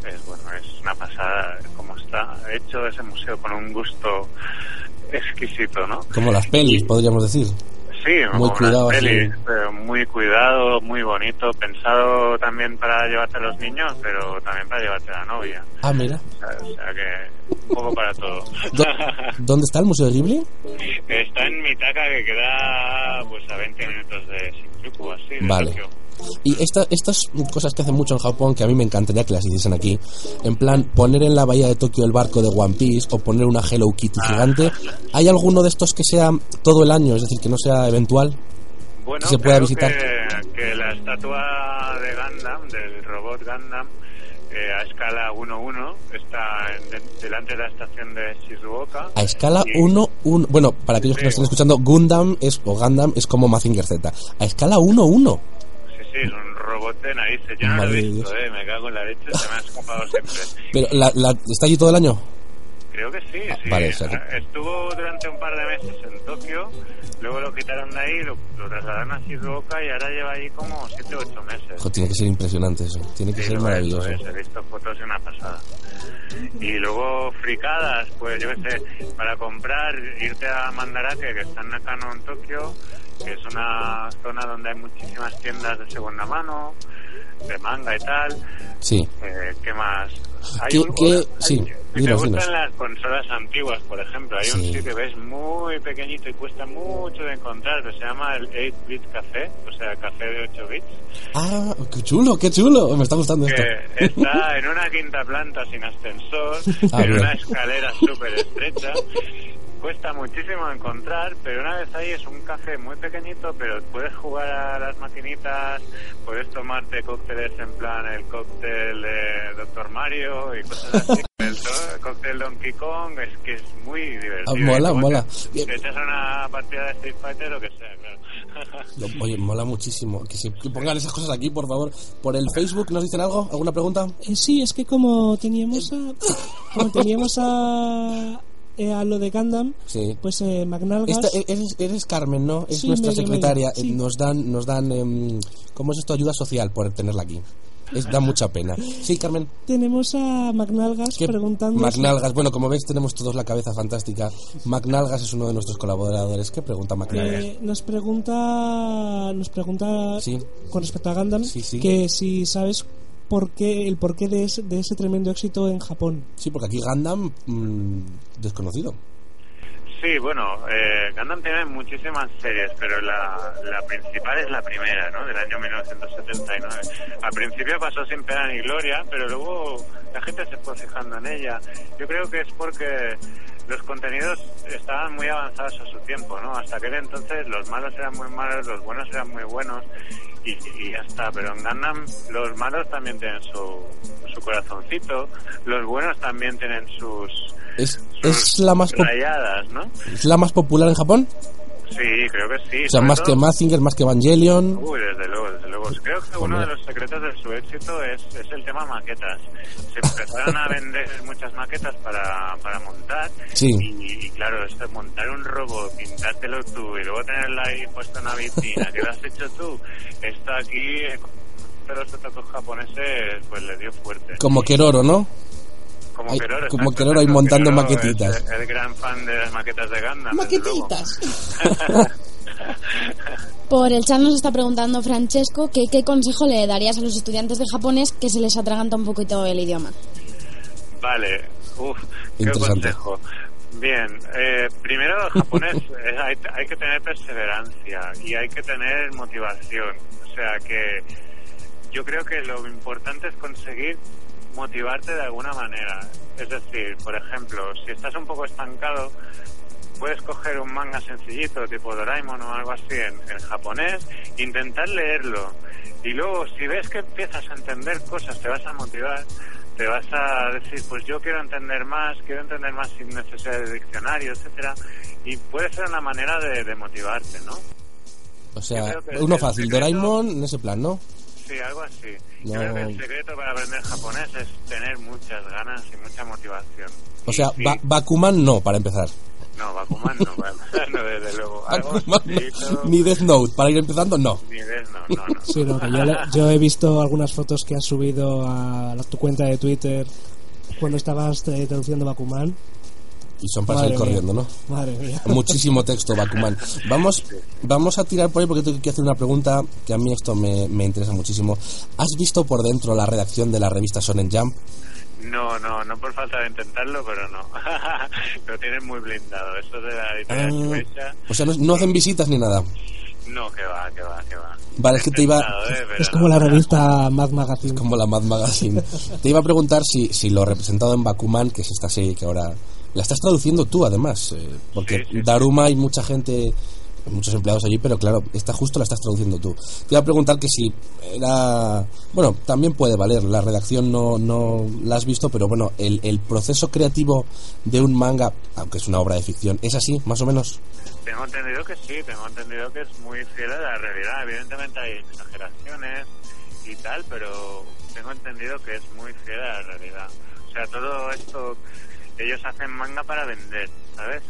es, bueno, es una pasada cómo está hecho ese museo con un gusto exquisito, ¿no? Como las pelis, podríamos decir. Sí, Muy una cuidado, peli, sí. pero muy cuidado, muy bonito, pensado también para llevarte a los niños, pero también para llevarte a la novia. Ah, mira. O sea, o sea que un poco para todo. Do- ¿Dónde está el Museo de Ghibli? Está en Mitaka que queda pues a 20 minutos de Shinjuku, así. de Vale. Tokio. Y esta- estas cosas que hacen mucho en Japón, que a mí me encantaría que las hiciesen aquí, en plan poner en la bahía de Tokio el barco de One Piece o poner una Hello Kitty Ah, gigante, ¿hay alguno de estos que sea todo el año, es decir, que no sea eventual? Bueno, que se pueda creo visitar. Que, que la estatua de Gundam, del robot Gundam, eh, a escala 1-1, está en- de- delante de la estación de Shizuoka. A escala Y- 1, 1. Bueno, para aquellos que Sí. nos estén escuchando, Gundam es, o Gundam es como Mazinger Z. A escala 1, 1. Sí, sí, es un robot de narices. Yo no Madre lo he de visto, eh, me cago en la leche, se me ha escapado siempre. Pero la, la- ¿Está allí todo el año? Creo que sí, Ah, sí. vale, o sea que- Ah, Estuvo durante un par de meses en Tokio, luego lo quitaron de ahí, lo, lo trasladaron a Shizuoka y ahora lleva ahí como 7 o 8 meses. Jo, tiene que ser impresionante eso. Tiene que Sí, ser lo he visto, maravilloso. eh, He visto fotos y una pasada. Y luego fricadas, pues yo qué sé, para comprar, irte a Mandarake, que está en Nakano, en Tokio, que es una zona donde hay muchísimas tiendas de segunda mano, de manga y tal. Sí. Eh, ¿Qué más? Hay ¿Qué, un- qué- hay- sí, si te dinos, dinos. gustan las consolas antiguas, por ejemplo, hay Sí. un sitio que es muy pequeñito y cuesta mucho de encontrar, que se llama el 8-bit café, o sea, café de 8 bits, Ah, qué chulo, qué chulo. Me está gustando esto. que está en una quinta planta sin ascensor, Ah, en mira. una escalera súper estrecha. Cuesta muchísimo encontrar, pero una vez ahí es un café muy pequeñito, pero puedes jugar a las maquinitas, puedes tomarte cócteles en plan el cóctel de Doctor Mario y cosas así. el, to- el cóctel Donkey Kong es que es muy divertido. Ah, mola, Y como mola. Te, te echas una partida de Street Fighter o que sea, claro. Lo- Oye, mola muchísimo. Que, se, que pongan esas cosas aquí, por favor. ¿Por el Facebook nos dicen algo? ¿Alguna pregunta? Eh, sí, es que como teníamos a, como teníamos a, eh, a lo de Gundam, Sí. pues eh, McNalgas... Esta- e-, eres, eres Carmen, ¿no? Es Sí, nuestra Mary, Mary, secretaria. Eh, sí. Nos dan, nos dan em, ¿cómo es esto? Ayuda social por tenerla aquí. Es, da mucha pena. Sí, Carmen. Tenemos a McNalgas ¿Qué? preguntando... McNalgas. Bueno, como veis, tenemos todos la cabeza fantástica. McNalgas es uno de nuestros colaboradores. ¿Qué pregunta McNalgas? Eh, nos pregunta nos pregunta Sí. con respecto a Gundam sí. que si sabes por qué el porqué de ese, de ese tremendo éxito en Japón Sí, porque aquí Gundam, mm, desconocido. Sí, bueno, eh, Gundam tiene muchísimas series, pero la, la principal es la primera, ¿no? Del año 1979. Al principio pasó sin pena ni gloria, pero luego la gente se fue fijando en ella. Yo creo que es porque los contenidos estaban muy avanzados a su tiempo, ¿no? Hasta aquel entonces los malos eran muy malos, los buenos eran muy buenos y, y ya está. Pero en Gundam los malos también tienen su, su corazoncito, los buenos también tienen sus Es, es la más po- rayadas, ¿no? es la más popular en Japón. Sí, creo que sí. O sea, sobre más todo- que Mazinger, más que Evangelion. Uy, desde luego, desde luego. Pues creo que uno de los secretos de su éxito es, es el tema maquetas. Se empezaron a vender muchas maquetas para, para montar. Sí. Y, y claro, esto, montar un robo, pintártelo tú y luego tenerla ahí puesta en una vitrina, que lo has hecho tú, está aquí. eh, Pero los tatuajes japoneses, pues le dio fuerte. Como Keroro, ¿no? Como Hay- Queroro, como exacto, Queroro ahí exacto, montando Queroro maquetitas. es El gran fan de las maquetas de Gundam. desde luego. Por el chat nos está preguntando Francesco que qué consejo le darías a los estudiantes de japonés que se les atraganta un poquito el idioma. Vale, uff, qué Interesante. consejo. Bien, eh, primero el japonés, eh, hay, hay que tener perseverancia y hay que tener motivación. O sea que yo creo que lo importante es conseguir motivarte de alguna manera. Es decir, por ejemplo, si estás un poco estancado, puedes coger un manga sencillito tipo Doraemon o algo así en, en japonés, intentar leerlo y luego si ves que empiezas a entender cosas te vas a motivar, te vas a decir pues yo quiero entender más, quiero entender más sin necesidad de diccionario, etcétera y puede ser una manera de, de motivarte, ¿no? O sea, creo que uno el fácil, secreto- Doraemon en ese plan, ¿no? Sí, algo así. Yo No. creo que el secreto para aprender japonés es tener muchas ganas y mucha motivación. O sea, Ba- Bakuman no, para empezar. No, Bakuman no, Bakuman no, desde luego. Algo Bakuman no. sencillito. Ni Death Note, para ir empezando, no. Ni Death Note, no, no. Sí, no, que yo, le- yo he visto algunas fotos que has subido a la- tu cuenta de Twitter cuando estabas eh, traduciendo Bakuman. Y son para salir Madre mía. corriendo, ¿no? Madre mía. Muchísimo texto, Bakuman. Vamos, vamos a tirar por ahí porque tengo que hacer una pregunta que a mí esto me, me interesa muchísimo. ¿Has visto por dentro la redacción de la revista Sonen Jump? No, no, no por falta de intentarlo, pero no. Lo tienen muy blindado. Eso de la Ah, editorial Shueisha, o sea, no, no hacen visitas ni nada. no, que va, que va, que va. Vale, es que te iba... Intentado, ¿eh? Pero Es como la revista Mad Magazine. como la Mad Magazine. Te iba a preguntar si, si lo representado en Bakuman, que es esta serie que ahora la estás traduciendo tú además, eh, porque Daruma hay mucha gente, muchos empleados allí, pero claro, esta justo la estás traduciendo tú. Te iba a preguntar que si era... Bueno, también puede valer, la redacción no, no la has visto, pero bueno, el, el proceso creativo de un manga, aunque es una obra de ficción, ¿es así, más o menos? Tengo entendido que sí, tengo entendido que es muy fiel a la realidad. Evidentemente hay exageraciones y tal, pero tengo entendido que es muy fiel a la realidad. O sea, todo esto, ellos hacen manga para vender, ¿sabes?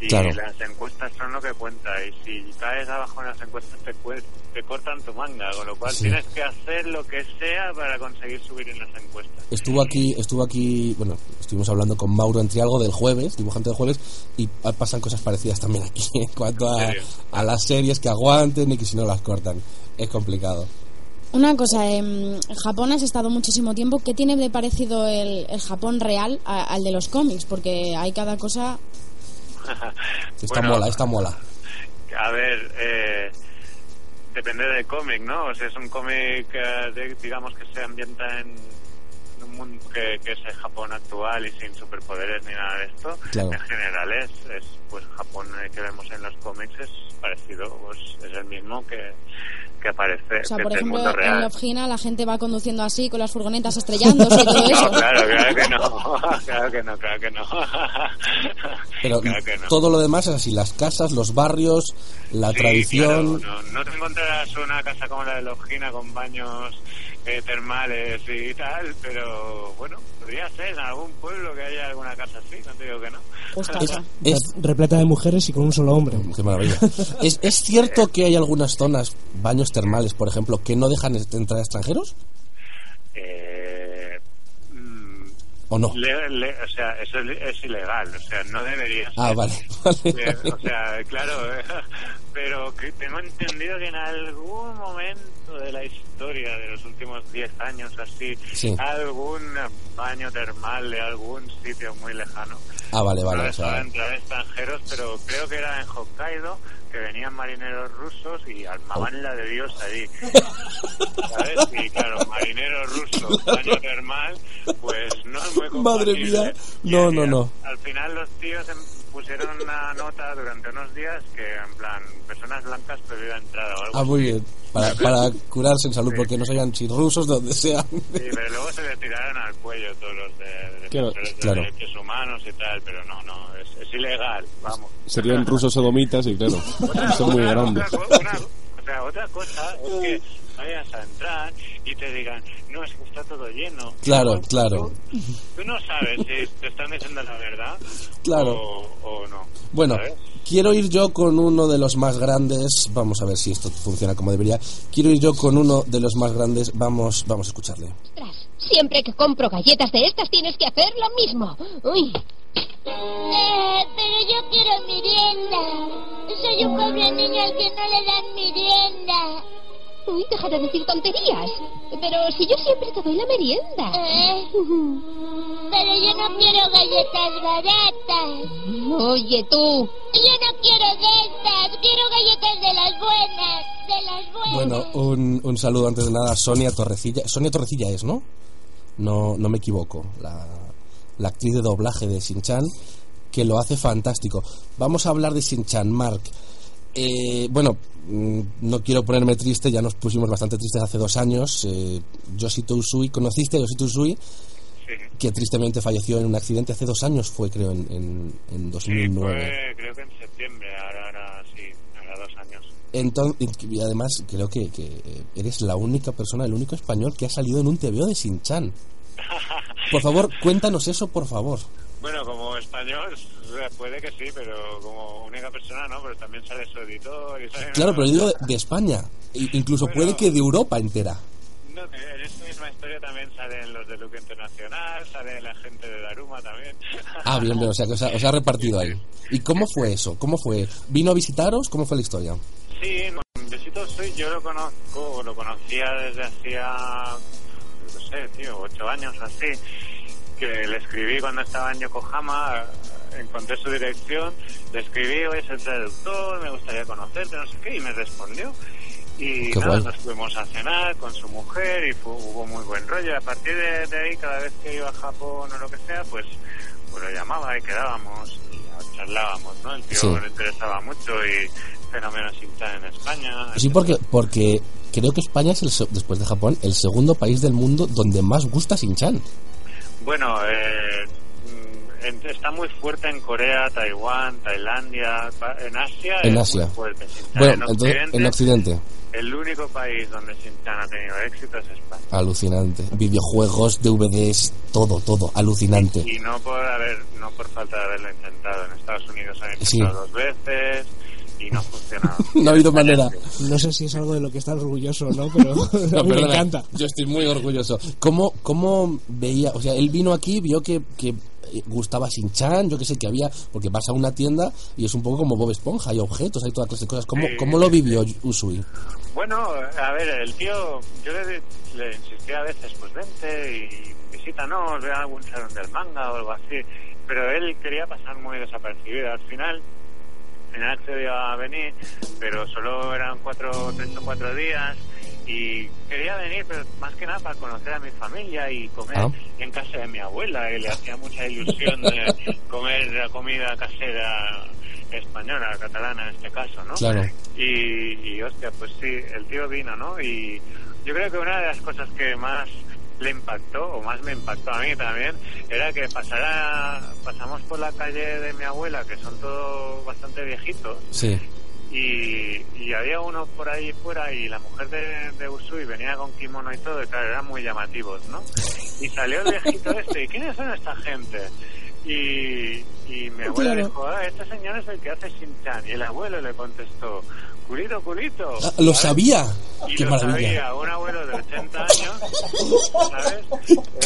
Y Claro. las encuestas son lo que cuenta. Y si caes abajo en las encuestas, te, cue- te cortan tu manga. Con lo cual Sí. tienes que hacer lo que sea para conseguir subir en las encuestas. Estuvo aquí, estuvo aquí, bueno, estuvimos hablando con Mauro Entrialgo del jueves, dibujante del jueves, y ah, pasan cosas parecidas también aquí en cuanto a, a las series que aguanten y que si no las cortan. Es complicado. Una cosa, en Japón has estado muchísimo tiempo. ¿Qué tiene de parecido el, el Japón real a- al de los cómics? Porque hay cada cosa. Está Bueno, mola, está mola. A ver, eh, depende del cómic, ¿no? O sea, es un cómic, eh, de- digamos, que se ambienta en en un mundo que, que es el Japón actual y sin superpoderes ni nada de esto. Claro. En general es, es, pues, Japón eh, que vemos en los cómics es parecido, pues, es el mismo que, que aparece O sea, que por es el ejemplo, mundo en real. Love Hina la gente va conduciendo así, con las furgonetas estrellándose y todo eso. No, claro, claro que no, claro que no, claro que no. Pero Claro que no. todo lo demás es así, las casas, los barrios, la Sí, tradición. claro, no, no te encontrarás una casa como la de Logina con baños eh, termales y tal, pero bueno, podría ser en algún pueblo que haya alguna casa así, no te digo que no. Pues- Es- Repleta de mujeres y con un solo hombre. Qué maravilla. ¿Es, es cierto que hay algunas zonas, baños termales, por ejemplo, que no dejan est- entrar extranjeros? Eh, mm, ¿O no? le- le- o sea, eso es, es ilegal, o sea, no debería Ah, ser. vale, vale, Eh, vale. o sea, claro, eh, pero que tengo entendido que en algún momento de la historia de los últimos 10 años así, Sí. algún baño termal de algún sitio muy lejano. Ah, vale, vale, No o dejaba sea- entrar extranjeros, pero creo que era en Hokkaido que venían marineros rusos y Oh. armaban la de Dios ahí. ¿Sabes? Y claro, marinero ruso, baño termal, pues no es muy Madre compatible. mía. No, no, no. Al final los tíos em- pusieron una nota durante unos días que en plan personas blancas prohibida entrada o algo. Ah, muy bien. Para, para curarse en salud, Sí. porque no sabían si rusos, de donde sean. Sí, pero luego se le tiraron al cuello todos los de, de Claro, defensores de claro. derechos humanos y tal, pero no, no, es, es ilegal, vamos. Serían rusos sodomitas y claro, son muy grandes. O sea, otra cosa es que vayas a entrar y te digan, no, es que está todo lleno. Claro, claro. Tú no sabes si te están diciendo la verdad Claro. o, o no. Bueno, ¿sabes? quiero ir yo con uno de los más grandes. Vamos a ver si esto funciona como debería. Quiero ir yo con uno de los más grandes. Vamos, vamos a escucharle. Siempre que compro galletas de estas tienes que hacer lo mismo. Uy. Eh, pero yo quiero merienda. Soy un pobre niño al que no le dan merienda. Uy, deja de decir tonterías. Pero si yo siempre te doy la merienda. Eh, Pero yo no quiero galletas baratas. Oye, tú. Yo no quiero de estas. Quiero galletas de las buenas. De las buenas. Bueno, un, un saludo antes de nada a Sonia Torrecilla. Sonia Torrecilla es, ¿no? No, no me equivoco. La, la actriz de doblaje de Shin-Chan, que lo hace fantástico. Vamos a hablar de Shin-Chan, Mark. Eh, bueno, mm, no quiero ponerme triste, ya nos pusimos bastante tristes hace dos años. Eh, Yoshito Usui, ¿conociste a Yoshito Usui? Que tristemente falleció en un accidente hace dos años, fue creo en, en, en 2009. Fue, creo que en septiembre, ahora, ahora sí, ahora dos años. Entonces, y además, creo que, que, eh, eres la única persona, el único español que ha salido en un TVO de Sinchan. Por favor, cuéntanos eso, por favor. Bueno, como español, o sea, puede que sí, pero como única persona no, pero también sale su editor y sale... Claro, pero yo digo de, de España. I- incluso puede que de Europa entera. No, en esta misma historia también salen los de Luke Internacional, sale la gente de Daruma también. Ah, bien, bien, o sea, que os ha, os ha repartido ahí. ¿Y cómo fue eso? ¿Cómo fue? ¿Vino a visitaros? ¿Cómo fue la historia? Sí, con Besito Soy yo lo conozco, o lo conocía desde hacía, no sé, tío, ocho años o así, que le escribí cuando estaba en Yokohama, encontré su dirección, le escribí, oye, soy traductor, me gustaría conocerte, no sé qué, y me respondió. Y Qué nada, guay. nos fuimos a cenar con su mujer y fu- hubo muy buen rollo. Y a partir de, de ahí, cada vez que iba a Japón o lo que sea, pues, pues lo llamaba y quedábamos y charlábamos, ¿no? El tío Sí. le interesaba mucho y fenómeno Shintan en España. Pues Sí, porque, porque creo que España es, el, se- después de Japón, el segundo país del mundo donde más gusta Sinchan. Bueno, eh, mm, en- está muy fuerte en Corea, Taiwán, Tailandia, pa- en Asia. En es Asia. muy fuerte Shintan. Bueno, entonces, Ah, en Occidente. El único país donde Shintan ha tenido éxito es España. Alucinante. Videojuegos, DVDs, todo, todo. Alucinante. Y no por haber, no por falta de haberlo intentado. En Estados Unidos han Sí. intentado dos veces y no ha funcionado. No ha habido manera. No sé si es algo de lo que estás orgulloso o no, pero a mí me perdona, encanta. Yo estoy muy orgulloso. ¿Cómo, cómo veía? O sea, él vino aquí, vio que, que eh, gustaba Shin-Chan, yo que sé, que había. Porque vas a una tienda y es un poco como Bob Esponja, hay objetos, hay toda clase de cosas. ¿Cómo, Sí, cómo lo vivió Usui? Bueno, a ver, el tío, yo le, le insistía a veces, pues vente y visítanos, ve a algún salón del manga o algo así, pero él quería pasar muy desapercibido. Al final, al final accedió a venir, pero solo eran cuatro, tres o cuatro días y quería venir, pero más que nada para conocer a mi familia y comer Ah. en casa de mi abuela, y le hacía mucha ilusión de comer la comida casera española, catalana en este caso, ¿no? Claro. Y, y hostia, pues sí, el tío vino, ¿no? Y yo creo que una de las cosas que más le impactó, o más me impactó a mí también, era que pasara, pasamos por la calle de mi abuela, que son todos bastante viejitos, Sí. y, y había uno por ahí fuera y la mujer de, de Usui venía con kimono y todo, y claro, eran muy llamativos, ¿no? Y salió el viejito este, ¿y quiénes son esta gente? Y, y mi abuela Claro. dijo, ah, este señor es el que hace Shin-Chan. Y el abuelo le contestó, culito, culito. Ah, lo sabía. Y Qué lo maravilla. sabía, un abuelo de 80 años, ¿sabes?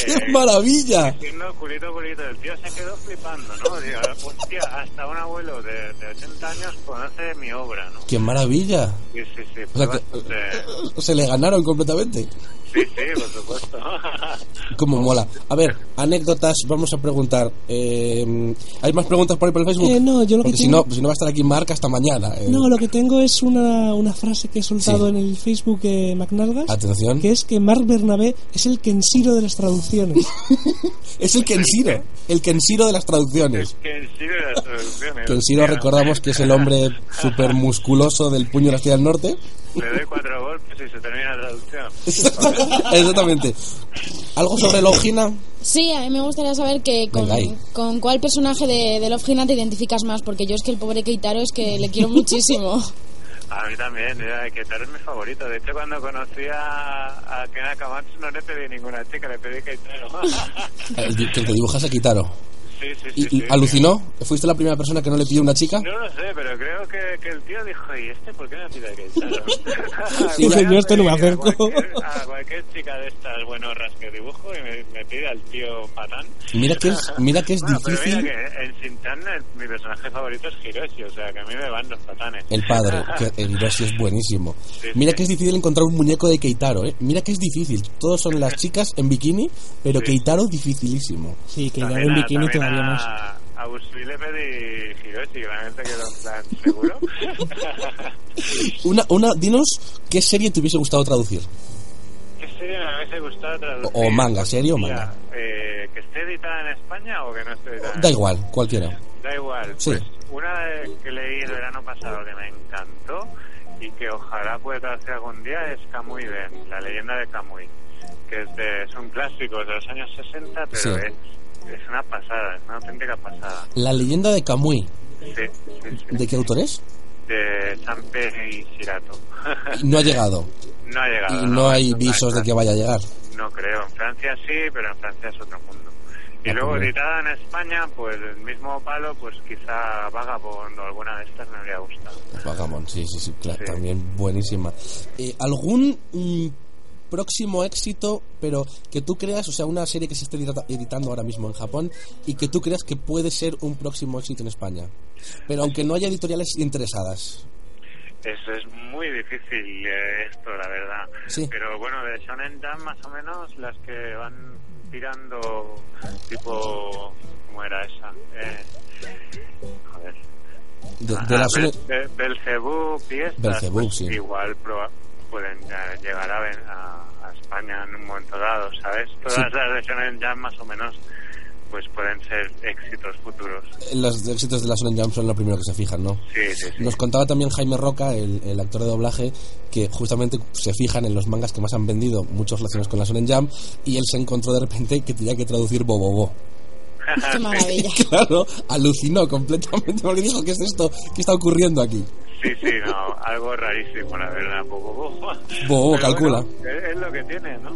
Eh, ¡Qué maravilla! Diciendo culito, culito, el tío se quedó flipando, ¿no? Digo, hostia, hasta un abuelo de, de 80 años conoce mi obra, ¿no? ¡Qué maravilla! Sí, sí, sí. O sea que- bastante- Se le ganaron completamente. Sí, sí, por supuesto. Como mola. A ver, anécdotas, vamos a preguntar. eh, ¿Hay más preguntas por ahí por el Facebook? Eh, no, yo lo que Porque si tengo- no, si no va a estar aquí Marca hasta mañana. eh. No, lo que tengo es una, una frase que he soltado en el Facebook de McNalgas. Atención. Que es que Marc Bernabé es el Kensiro de las traducciones. Es el Kensiro, el Kensiro de las traducciones. Kensiro de las traducciones. Kensiro recordamos que es el hombre súper musculoso del puño de la estrella del norte. Le doy cuatro golpes y se termina la traducción. Exactamente. ¿Algo sobre Longina? Sí, a mí me gustaría saber que con, Venga, ahí. con cuál personaje de, de Love Hina te identificas más, porque yo es que el pobre Keitaro es que le quiero muchísimo. A mí también, era que Taro es mi favorito. De hecho, cuando conocí a, a Ken Akamatsu no le pedí ninguna chica, le pedí Keitaro. El di- Eh, que el que dibujas a Kitaro. sí, sí, sí. ¿Y sí. alucinó? ¿Fuiste la primera persona que no le pidió una chica? No lo sé, pero creo que, que el tío dijo, ¿y este por qué me pide Keitaro? Sí, señor, este esto no me acerco. a cualquier chica de estas buenorras que dibujo y me, me pide al tío patán. Mira que es, mira que es Bueno, pero mira difícil que en Shintan el- mi personaje favorito es Hiroshi, o sea que a mí me van los patanes. el padre, que el Hiroshi es buenísimo. Mira que es difícil encontrar un muñeco de Keitaro, ¿eh? Mira que es difícil. Todos son las chicas en bikini, pero Keitaro dificilísimo. Sí, Keitaro También a- también a- A Usui le pedí Hiroshi, que también se quedó en plan seguro. Una, una, dinos qué serie te hubiese gustado traducir. ¿Qué serie me hubiese gustado O, traducir? o manga, serie o manga. Ya, eh, ¿Que esté editada en España o que no esté editada? en Da España? igual, cualquiera. Da igual. Sí. Pues una de- que leí el verano pasado que me encantó y que ojalá pueda traerse algún día es Kamui Ben, la leyenda de Kamui, que es, de- es un clásico de los años 60, pero Sí. es, es una pasada, es una auténtica pasada. La leyenda de Kamui. Sí, sí, sí. ¿De qué autor es? De Sanpei y Shirato. Y No ha llegado. No ha llegado. Y no hay visos de que vaya a llegar. No creo, en Francia sí, pero en Francia es otro mundo. Y luego bueno. editada en España, pues el mismo palo, pues quizá Vagabond o alguna de estas me habría gustado. Vagamon, Pues sí, sí, sí, claro, también buenísima. Eh, ¿Algún mm, próximo éxito, pero que tú creas, o sea, una serie que se esté edita- editando ahora mismo en Japón y que tú creas que puede ser un próximo éxito en España? Pero aunque no haya editoriales interesadas. Eso es muy difícil eh, esto, la verdad. Sí. Pero bueno, de Shonen Jump más o menos las que van tirando tipo... ¿Cómo era esa? Eh, joder. De, Ah, de la Bel- Sony- Be- Belzebub y estas, Belzebub, pues, sí. igual proba- pueden eh, llegar a, ven- a- a España en un momento dado, ¿sabes? Todas Sí. las de Shonen Jump más o menos pues pueden ser éxitos futuros. eh, Los éxitos de la Shonen Jump son lo primero que se fijan, ¿no? Sí, sí, sí. Nos contaba también Jaime Roca, el, el actor de doblaje, que justamente se fijan en los mangas que más han vendido, muchos relacionados con la Shonen Jump, y él se encontró de repente que tenía que traducir Bobobo. Qué maravilla. claro, alucinó completamente porque dijo, ¿qué es esto? ¿Qué está ocurriendo aquí? Sí, sí, no, algo rarísimo, la verdad. Bobo, bobo. Bobo, calcula. Es, es lo que tiene, ¿no?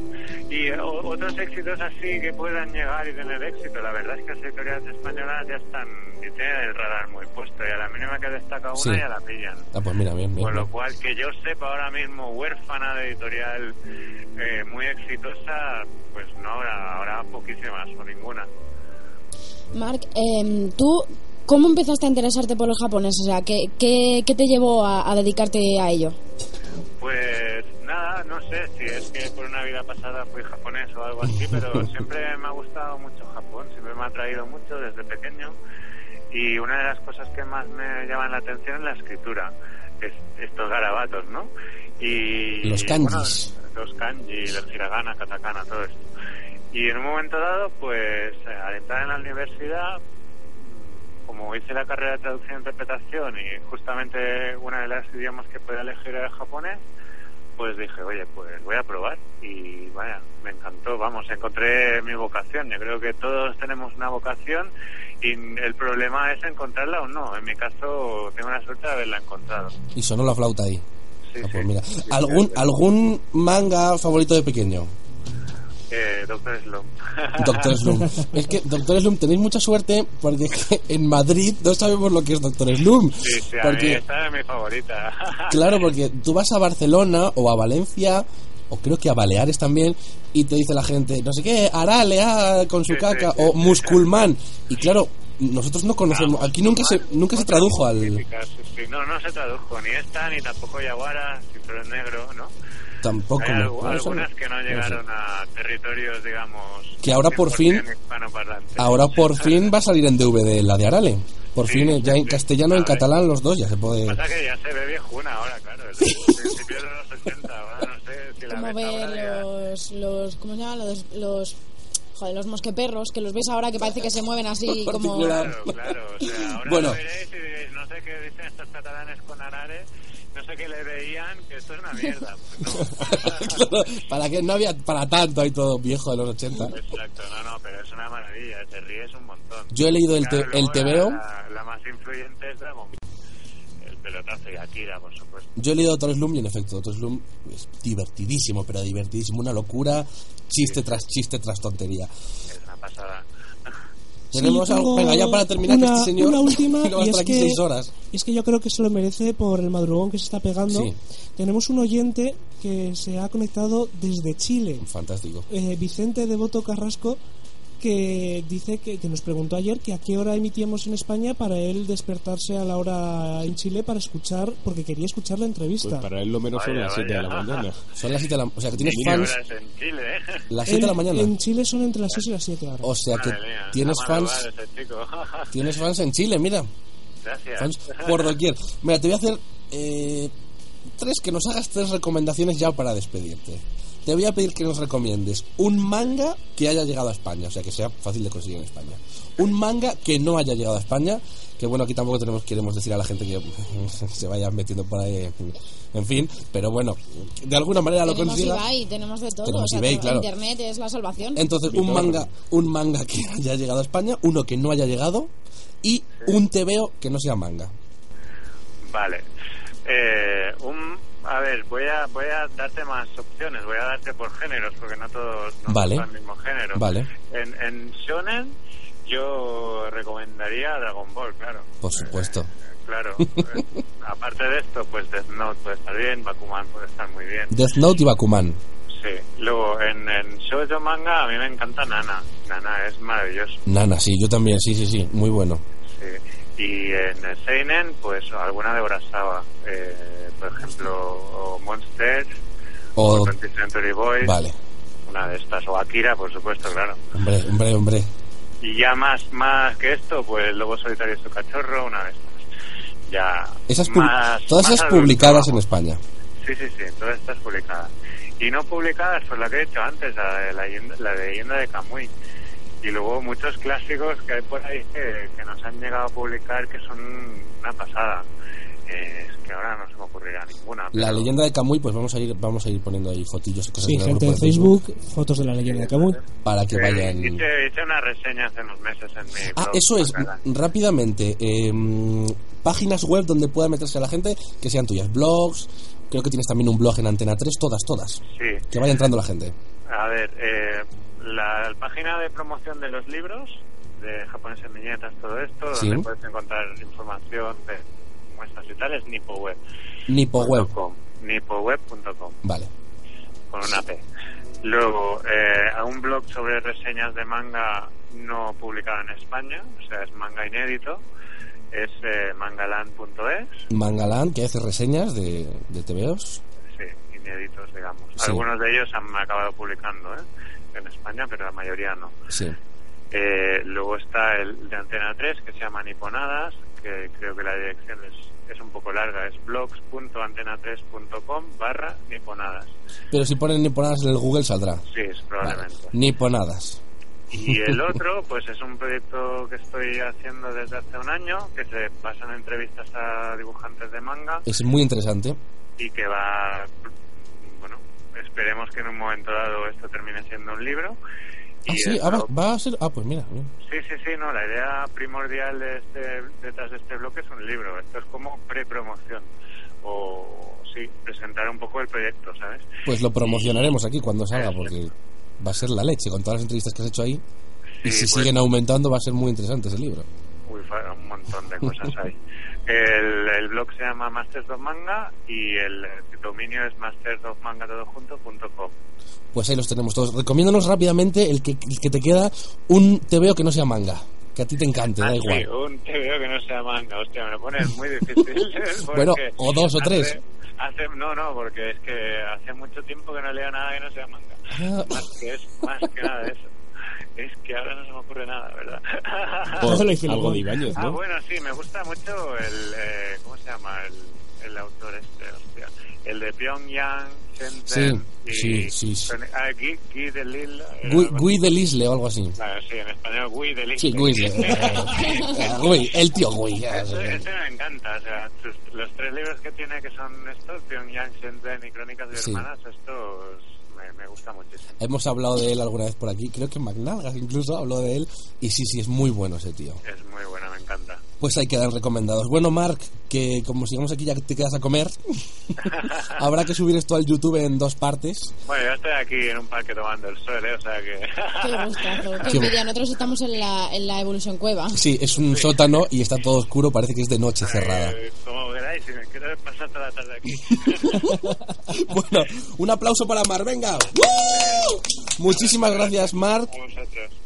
Y eh, o- otros éxitos así que puedan llegar y tener éxito. La verdad es que las editoriales españolas ya están, y tienen el radar muy puesto. Y a la mínima que destaca una Sí. ya la pillan. Ah, pues mira, bien, bien. Con lo bien. cual, que yo sepa ahora mismo, huérfana de editorial eh, muy exitosa, pues no habrá, habrá poquísimas o ninguna. Mark, em, ¿tú cómo empezaste a interesarte por los japoneses? O sea, ¿qué, qué, qué te llevó a, a dedicarte a ello? Pues nada, no sé si es que por una vida pasada fui japonés o algo así, pero siempre me ha gustado mucho Japón, siempre me ha atraído mucho desde pequeño y una de las cosas que más me llaman la atención es la escritura, es, estos garabatos, ¿no? Y, Los kanjis. bueno, los kanji, los hiragana, katakana, todo esto. Y en un momento dado, pues eh, al entrar en la universidad, como hice la carrera de traducción e interpretación y justamente una de las idiomas que podía elegir era el japonés, pues dije, oye, pues voy a probar y vaya, me encantó, vamos, encontré mi vocación, yo creo que todos tenemos una vocación y el problema es encontrarla o no, en mi caso tengo la suerte de haberla encontrado. Y sonó la flauta ahí. Sí, Ah, sí. pues mira. ¿Algún, ¿Algún manga favorito de pequeño? Eh, Doctor Slump. Doctor Slum. Es que Doctor Slum tenéis mucha suerte porque es que en Madrid no sabemos lo que es Doctor Slum. Sí, sí, a mí Porque, esta es mi favorita. claro, porque tú vas a Barcelona o a Valencia o creo que a Baleares también y te dice la gente, no sé qué, Arale ah, con su caca o Musculmán. Y claro, nosotros no conocemos, aquí nunca se nunca se tradujo al Sí, sí, No, no se tradujo ni esta, ni tampoco Yaguara, Cinturón Negro, ¿no? tampoco. Hay no, algu- no lo sabe. algunas que no llegaron a territorios, digamos... Que ahora por 100% fin- hispanoparlantes. Ahora por fin va a salir en DVD la de Arale. Por fin eh, ya en castellano y en catalán los dos ya se puede. Pasa que ya se ve viejuna ahora, claro. Es de principios de los 80, ahora no sé si la Como ves ahora ya- ver los, los. ¿Cómo se llama? Los. los joder, los mosqueperros, que los ves ahora que parece que se mueven así como. Claro, claro. O sea, ahora Bueno. lo veréis y diréis, no sé qué dicen estos catalanes con Arare, no sé qué le veían, que esto es una mierda. Pues Claro, para que no había para tanto hay todo viejo de los 80. Exacto, no, no, pero es una maravilla, te ríes un montón. Yo he leído el Claro, te- el luego TVO. La, la más influyente es Dragon Ball. El pelotazo y Akira, por supuesto. Yo he leído Torres Loom y en efecto, Torres Loom es divertidísimo, pero divertidísimo, una locura, chiste tras chiste tras tontería. Es una pasada. Tenemos Sí, algo. tengo Venga, ya para terminar, que una- este señor una última, no va a y estar es aquí que- seis horas. Es que yo creo que se lo merece por el madrugón que se está pegando. Sí. Tenemos un oyente que se ha conectado desde Chile. Fantástico. eh, Vicente Devoto Carrasco que dice que, que nos preguntó ayer que a qué hora emitíamos en España para él despertarse a la hora en Chile para escuchar, porque quería escuchar la entrevista. Pues para él lo menos son Vaya, las 7 de la mañana. Son las 7 de la O sea, que tienes Sí, fans. ahora es en Chile, ¿eh? Las 7 de En- la mañana. Oh, En Chile son entre las 6 y las 7 ahora. O sea que Madre mía, tienes la fans. madrugada Tienes fans en Chile, mira. Gracias. Fans por doquier. Mira, te voy a hacer eh, tres que nos hagas tres recomendaciones ya para despedirte. Te voy a pedir que nos recomiendes un manga que haya llegado a España, o sea que sea fácil de conseguir en España. Un manga que no haya llegado a España, que bueno, aquí tampoco tenemos queremos decir a la gente que se vaya metiendo por ahí, en fin, pero bueno, de alguna manera lo tenemos consiga. eBay, tenemos de todo. Tenemos o sea, eBay, todo- claro. Internet es la salvación. Entonces, un manga, un manga que haya llegado a España, uno que no haya llegado y un tebeo que no sea manga. Vale. Eh, un, a ver, voy a, voy a darte más opciones, voy a darte por géneros, porque no todos no Vale. son el mismo género. Vale. En, en Shonen yo recomendaría Dragon Ball, claro. Por supuesto. Claro. Eh, aparte de esto, pues Death Note puede estar bien, Bakuman puede estar muy bien. Death Note y Bakuman. Sí. Luego, en, en Shoujo Manga a mí me encanta Nana. Nana es maravilloso. Nana, sí, yo también, sí, sí, sí, muy bueno. Sí. Y en Seinen, pues alguna de Urasawa. Eh, por ejemplo, o Monster, O- o 20th Century Boys. Vale. Una de estas. O Akira, por supuesto, claro. Hombre, hombre, hombre. Y ya más, más que esto, pues Lobo Solitario y su cachorro, una de estas. Ya. Esas pub- más, todas más esas adulto, publicadas en vamos. España. Sí, sí, sí, todas estas publicadas. Y no publicadas, pues la que he dicho antes, la de, la, leyenda- la de leyenda de Camuy. Y luego muchos clásicos que hay por ahí que, que nos han llegado a publicar que son una pasada. Eh, es que ahora no se me ocurrirá ninguna. La leyenda de Camuy, pues vamos a ir, vamos a ir poniendo ahí fotillos y cosas Sí, pues en el gente grupo de Facebook, fotos de la leyenda de Camus. para que vayan. Eh, Hice, hice una reseña hace unos meses en mi. Ah, blog, eso es, Bacala. rápidamente, em, páginas web donde pueda meterse la gente que sean tuyas, blogs, creo que tienes también un blog en Antena 3, todas, todas. Sí. Que vaya entrando la gente. A ver, eh, la, página de promoción de los libros, de japonés en viñetas, todo esto, Sí. donde puedes encontrar información de muestras y tal, es nipoweb. Nipo web. Com, nipoweb.com Vale. con una P. Luego, eh, a un blog sobre reseñas de manga no publicado en España, o sea, es manga inédito, es eh, mangaland.es, Mangalán, que hace reseñas de, de TVOs. sí, inéditos, digamos. Sí. Algunos de ellos han acabado publicando ¿eh? en España, pero la mayoría no. Sí. Eh, luego está el de Antena 3, que se llama Niponadas, que creo que la dirección es, es un poco larga, es blogs.antena3.com barra niponadas. Pero si ponen niponadas en el Google saldrá. Sí, es probablemente. Niponadas. Y el otro, pues es un proyecto que estoy haciendo desde hace un año, que se basa en entrevistas a dibujantes de manga Es muy interesante. y que va, bueno, esperemos que en un momento dado esto termine siendo un libro. Ah, Y sí, el ah, va, va a ser. Ah, pues mira. bien. Sí, sí, sí, no, la idea primordial de este, detrás de este bloque es un libro, esto es como prepromoción, o sí, presentar un poco el proyecto, ¿sabes? Pues lo promocionaremos aquí cuando salga, porque va a ser la leche con todas las entrevistas que has hecho ahí. Y si pues- siguen aumentando, va a ser muy interesante ese libro. Uy, fa- un montón de cosas hay. El, el blog se llama Masters of Manga y el dominio es mastersdogmanga.com. Pues ahí los tenemos todos. Recomiéndanos rápidamente el que, el que te queda un TVO que no sea manga. Que a ti te encante, da igual. Ah, Sí, oh. un TVO que no sea manga, hostia, me lo pones muy difícil. ¿eh? porque Bueno, o dos o hace- tres. hace- no, no, porque es que hace mucho tiempo que no leo nada que no sea manga. Ah. Más que, es, más que nada de eso. Es que ahora no se me ocurre nada, ¿verdad? Por algo de Ibáñez, Ah, ¿no? bueno, sí, me gusta mucho el... eh, ¿Cómo se llama? El, el autor este, hostia. El de Pyongyang, Shenzhen... Sí, sí, y- sí, sí. Ah, Guy, Guy de Lille... eh, Gui, algo Gui así. de Lisle o algo así. Claro, sí, en español Guy de Lille. Sí, Eh, Gui de El Gui, el tío Gui. ya Este, sé. este me encanta, o sea, sus- los tres libros que tiene que son estos, Pyongyang, Shenzhen y Crónicas de Sí. Hermanas, estos me, me gusta muchísimo. Hemos hablado de él alguna vez por aquí. Creo que McNalgas incluso habló de él. Y sí, sí, es muy bueno ese tío. Es muy bueno, me encanta. pues ahí quedan recomendados. Bueno, Mark, que como sigamos aquí ya te quedas a comer, habrá que subir esto al YouTube en dos partes. Bueno, yo estoy aquí en un parque tomando el sol, ¿eh? O sea que... Qué gustazo, qué Qué envidia. Nosotros estamos en la, en la evolución cueva. Sí, es un sótano y está todo oscuro, parece que es de noche cerrada. Eh, como veráis, si me queréis pasar toda la tarde aquí. bueno, un aplauso para Mark, venga. ¡Woo! Muchísimas gracias, Mark.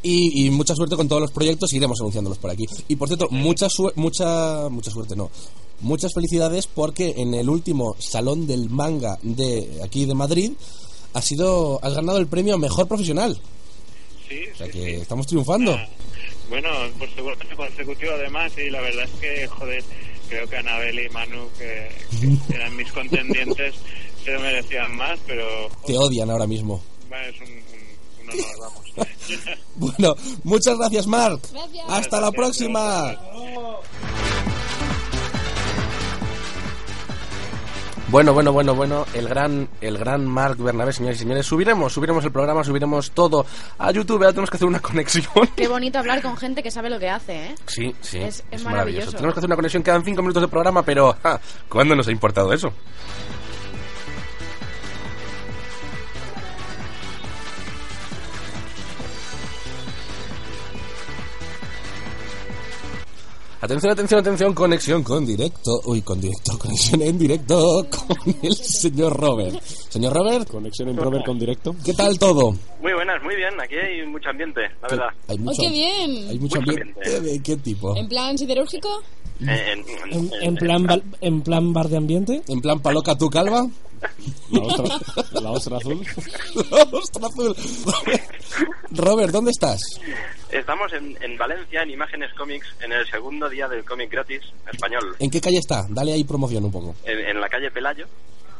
Y, y mucha suerte con todos los proyectos, iremos anunciándolos por aquí. Y por cierto, mucha, su- mucha, mucha suerte, no. Muchas felicidades porque en el último salón del manga de aquí de Madrid has sido has ganado el premio a mejor profesional. Sí, O sea que estamos triunfando. Bueno, por segundo año consecutivo además y la verdad es que, joder, creo que Anabel y Manu, que, que eran mis contendientes, se lo merecían más, pero Te odian ahora mismo. bueno, es un, un- un honor, vamos. Bueno, muchas gracias, Mark. Hasta la Gracias. próxima. Bueno, bueno, bueno, bueno, el gran, el gran Mark Bernabé, señores y señores, subiremos, subiremos el programa, subiremos todo a YouTube, ahora tenemos que hacer una conexión. Qué bonito hablar con gente que sabe lo que hace, ¿eh? Sí, sí, Es- es maravilloso. Tenemos que hacer una conexión, quedan cinco minutos de programa, pero ja, ¿cuándo nos ha importado eso? Atención, atención, atención, conexión con directo. Uy, con directo, conexión en directo con el señor Robert. Señor Robert. Conexión en Robert con directo. ¿Qué tal todo? Muy buenas, muy bien. Aquí hay mucho ambiente, la verdad. Hay ¡Ay, Oh, qué bien! Hay mucho ambiente. ¿De qué tipo? Em- ¿En plan siderúrgico? Eh, En, En, en plan, bal- ¿En plan bar de ambiente? ¿En plan paloca tú calva? La ostra- la ostra azul. la ostra azul. Robert, ¿dónde estás? Estamos en, en Valencia, en Imágenes Comics, en el segundo día del cómic gratis español. ¿En qué calle está? Dale ahí promoción un poco. En, en la calle Pelayo.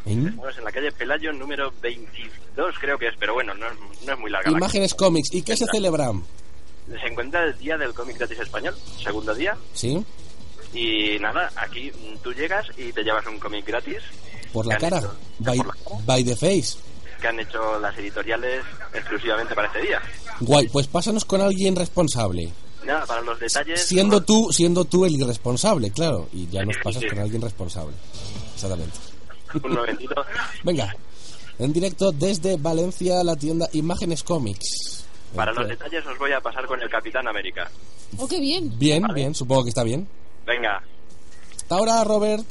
¿En? Estamos en la calle Pelayo número 22, creo que es, pero bueno, no, es- no es muy larga. la Imágenes cómics. ¿Y qué se Exacto. celebran? calle. Se encuentra el día del cómic gratis español, segundo día. ¿Sí? Y nada, aquí mm, tú llegas y te llevas un cómic gratis Por la ¿Qué han cara. hecho? By, by the face. que han hecho las editoriales exclusivamente para este día. Guay, pues pásanos con alguien responsable. Nada, para los detalles. Siendo tú, siendo tú el irresponsable, claro. Y ya nos pasas Sí. con alguien responsable. Exactamente. Un momentito. Venga, en directo desde Valencia, la tienda Imágenes Comics. Para los detalles os voy a pasar con el Capitán América. ¡Oh, qué bien! Bien, bien, supongo que está bien. Venga. Hasta ahora, Robert.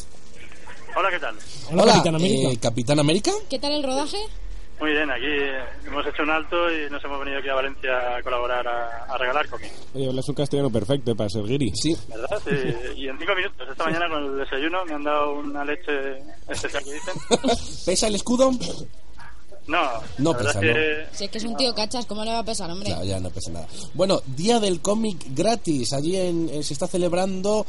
Hola, ¿qué tal? Hola, Capitán eh, ¿Capitán América? ¿Qué tal el rodaje? Muy bien, aquí hemos hecho un alto y nos hemos venido aquí a Valencia a colaborar, a, a regalar comida, Oye, hablas un castellano perfecto para ser guiri. Sí. ¿verdad? Eh, y en cinco minutos, esta mañana con el desayuno me han dado una leche especial que dicen. ¿Pesa el escudo? No, No la verdad pesa, no. es que Si es que es un tío cachas, ¿cómo le va a pesar, hombre? Claro, ya no pesa nada. Bueno, Día del Cómic gratis. Allí en- eh, se está celebrando.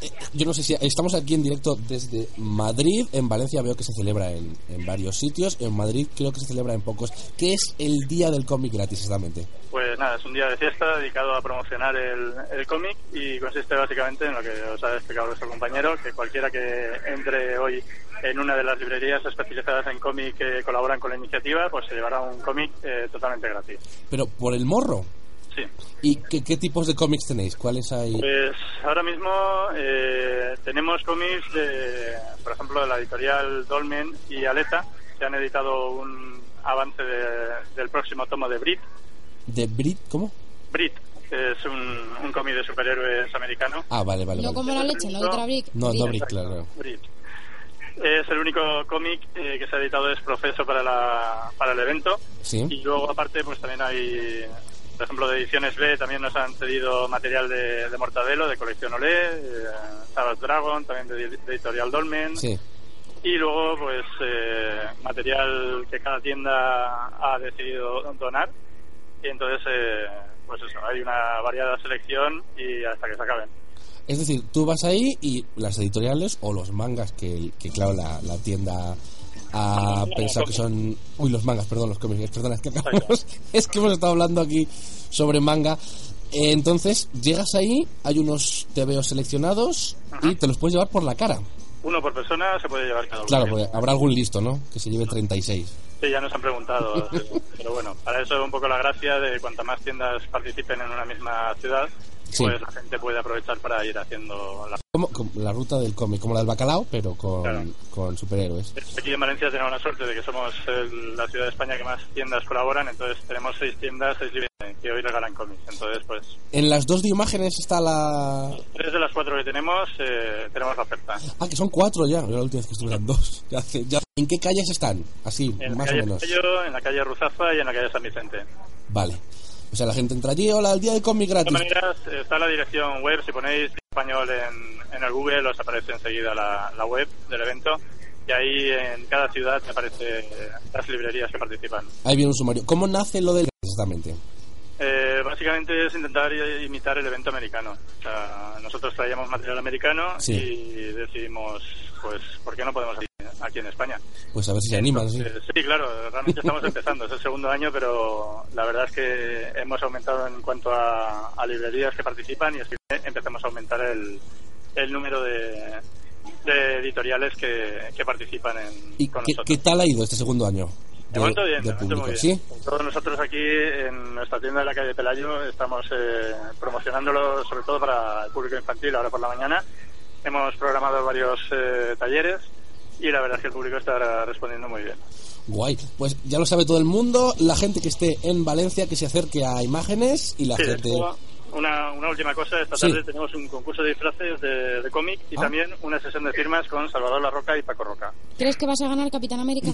eh, Yo no sé si estamos aquí en directo desde Madrid. En Valencia veo que se celebra en, en varios sitios. En Madrid creo que se celebra en pocos. ¿Qué es el Día del Cómic gratis exactamente? Pues nada, es un día de fiesta dedicado a promocionar el, el cómic y consiste básicamente en lo que os ha explicado nuestro compañero, que cualquiera que entre hoy en una de las librerías especializadas en cómic que colaboran con la iniciativa, pues se llevará un cómic eh, totalmente gratis. Pero por el morro. Sí. ¿Y qué, qué tipos de cómics tenéis? ¿Cuáles hay? Pues ahora mismo eh, tenemos cómics de, por ejemplo, de la editorial Dolmen y Aleta, que han editado un avance de- del próximo tomo de Brit. ¿De Brit? ¿Cómo? Brit es un, un cómic de superhéroes americano. Ah, vale, vale. No vale. como la leche, no de Trabric. No, no Bien. Brit, claro. Brit. Es el único cómic eh, que se ha editado es profeso para, la, para el evento. Sí. Y luego, aparte, pues también hay, por ejemplo, de Ediciones B también nos han cedido material de, de Mortadelo, de Colección Olé, eh, Savage Dragon, también de, de Editorial Dolmen. Sí. Y luego, pues, eh, material que cada tienda ha decidido donar. Y entonces, eh, pues eso, hay una variada selección y hasta que se acaben. Es decir, tú vas ahí y las editoriales o los mangas que, que claro, la, la tienda ha pensado que son... Uy, los mangas, perdón, los cómics, perdón, es que acabamos- es que hemos estado hablando aquí sobre manga. Eh, Entonces, llegas ahí, hay unos TVOs seleccionados y te los puedes llevar por la cara. uno por persona se puede llevar cada uno. Claro, porque habrá algún listo, ¿no? Que se lleve 36. Sí, ya nos han preguntado. sí. Pero bueno, para eso es un poco la gracia de cuanta más tiendas participen en una misma ciudad, Sí. pues la gente puede aprovechar para ir haciendo la... Como, como la ruta del cómic, como la del bacalao, pero con, Claro. con superhéroes. Aquí en Valencia tenemos la suerte de que somos eh, la ciudad de España que más tiendas colaboran, entonces tenemos seis tiendas, seis librerías que hoy regalan cómics. Entonces, pues, En las dos de imágenes está la... tres de las cuatro que tenemos, eh, tenemos la oferta. Ah, que son cuatro ya. Yo la última vez que estuve eran dos. Ya hace- ya- ¿En qué calles están? Así, En la más o calle menos. Puello, en la calle Ruzafa y en la calle San Vicente. Vale. O sea, la gente entra allí, hola, el día del cómic De gratis. todas maneras, está la dirección web, si ponéis español en, en el Google os aparece enseguida la, la web del evento y ahí en cada ciudad te aparecen las librerías que participan. Ahí viene un sumario. ¿Cómo nace lo del exactamente? Eh, básicamente es intentar i- imitar el evento americano. O sea, nosotros traíamos material americano Sí. y decidimos, pues, ¿por qué no podemos hacer aquí en España? Pues a ver si se animan, sí. Eh, Sí, claro, realmente estamos empezando, es el segundo año, pero la verdad es que hemos aumentado en cuanto a, a librerías que participan y así empezamos a aumentar el, el número de, de editoriales que, que participan en, ¿Y con qué, nosotros. qué tal ha ido este segundo año? De momento bien, de momento público, muy bien. ¿sí? Todos nosotros aquí en nuestra tienda de la calle Pelayo estamos eh, promocionándolo sobre todo para el público infantil ahora por la mañana. Hemos programado varios eh, talleres y la verdad es que el público está respondiendo muy bien. Guay. Pues ya lo sabe todo el mundo. La gente que esté en Valencia, que se acerque a imágenes y la Sí, gente... luego, Una, una última cosa, esta Sí. Ah. tarde tenemos un concurso de disfraces de, de cómic y también una sesión de firmas con Salvador La Roca y Paco Roca. ¿Crees que vas a ganar Capitán América?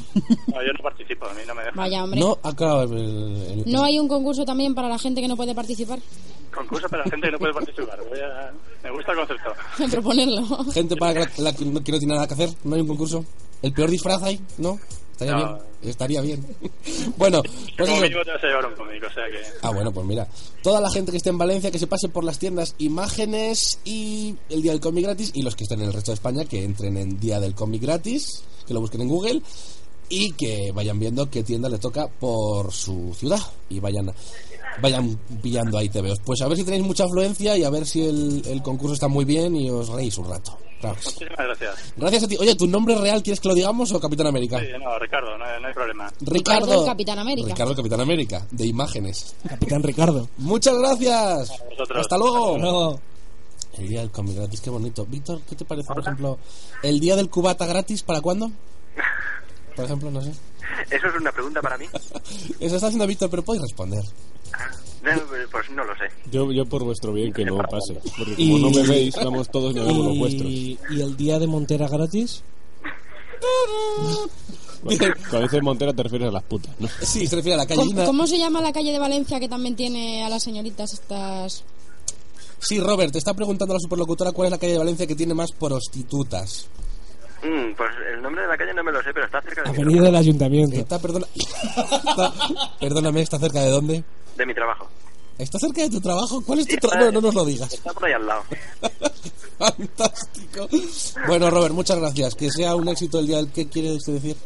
No, yo no participo, a mí no me dejan. Vaya, hombre. No, acá... el- el- ¿No hay un concurso también para la gente que no puede participar? Concurso para la gente que no puede participar. Voy a- Me gusta el concepto. Proponerlo. Gente para la, la que no que no tiene nada que hacer, no hay un concurso. El peor disfraz hay, ¿no? Estaría No. bien. Estaría bien. bueno, pues Como eso. mínimo te vas a llevar un cómic, o sea que... Ah, bueno, pues mira. Toda la gente que esté en Valencia, que se pase por las tiendas imágenes y el Día del Cómic Gratis. Y los que estén en el resto de España, que entren en Día del Cómic Gratis, que lo busquen en Google. Y que vayan viendo qué tienda le toca por su ciudad. Y vayan vayan pillando ahí TVOs. Pues a ver si tenéis mucha afluencia y a ver si el, el concurso está muy bien y os reís un rato. Claro. Muchísimas gracias. Gracias a ti. Oye, ¿tu nombre real quieres que lo digamos o Capitán América? Sí, no, Ricardo, no, no hay problema. Ricardo. el Capitán América. Ricardo, el Capitán América, de imágenes. Capitán Ricardo. Muchas gracias. vosotros. Hasta luego. Hasta luego. El día del cómic gratis, qué bonito. Víctor, ¿qué te parece, por ejemplo, el día del cubata gratis para cuándo? Por ejemplo, no sé. ¿Eso es una pregunta para mí? Eso está haciendo Víctor, pero podéis responder. No, Pues no lo sé. Yo, yo por vuestro bien que no pase. Porque como no me veis, vamos todos nos vemos los vuestros. y, y el día de Montera gratis. Cuando dices Montera te refieres a las putas, ¿no? Sí, se refiere a la ¿Cómo, cómo se llama la calle de Valencia que también tiene a las señoritas estas? Sí, Robert, te está preguntando la superlocutora cuál es la calle de Valencia que tiene más prostitutas. Mm, pues el nombre de la calle no me lo sé, pero está cerca de, mi, Avenida del Ayuntamiento. Está, perdona, está- perdóname, ¿está cerca de dónde? de mi trabajo. ¿Está cerca de tu trabajo? ¿Cuál es tu Está- trabajo? No, no nos lo digas. Está por ahí al lado. Fantástico. Bueno, Robert, muchas gracias. Que sea un éxito el día del... ¿Qué quiere usted decir?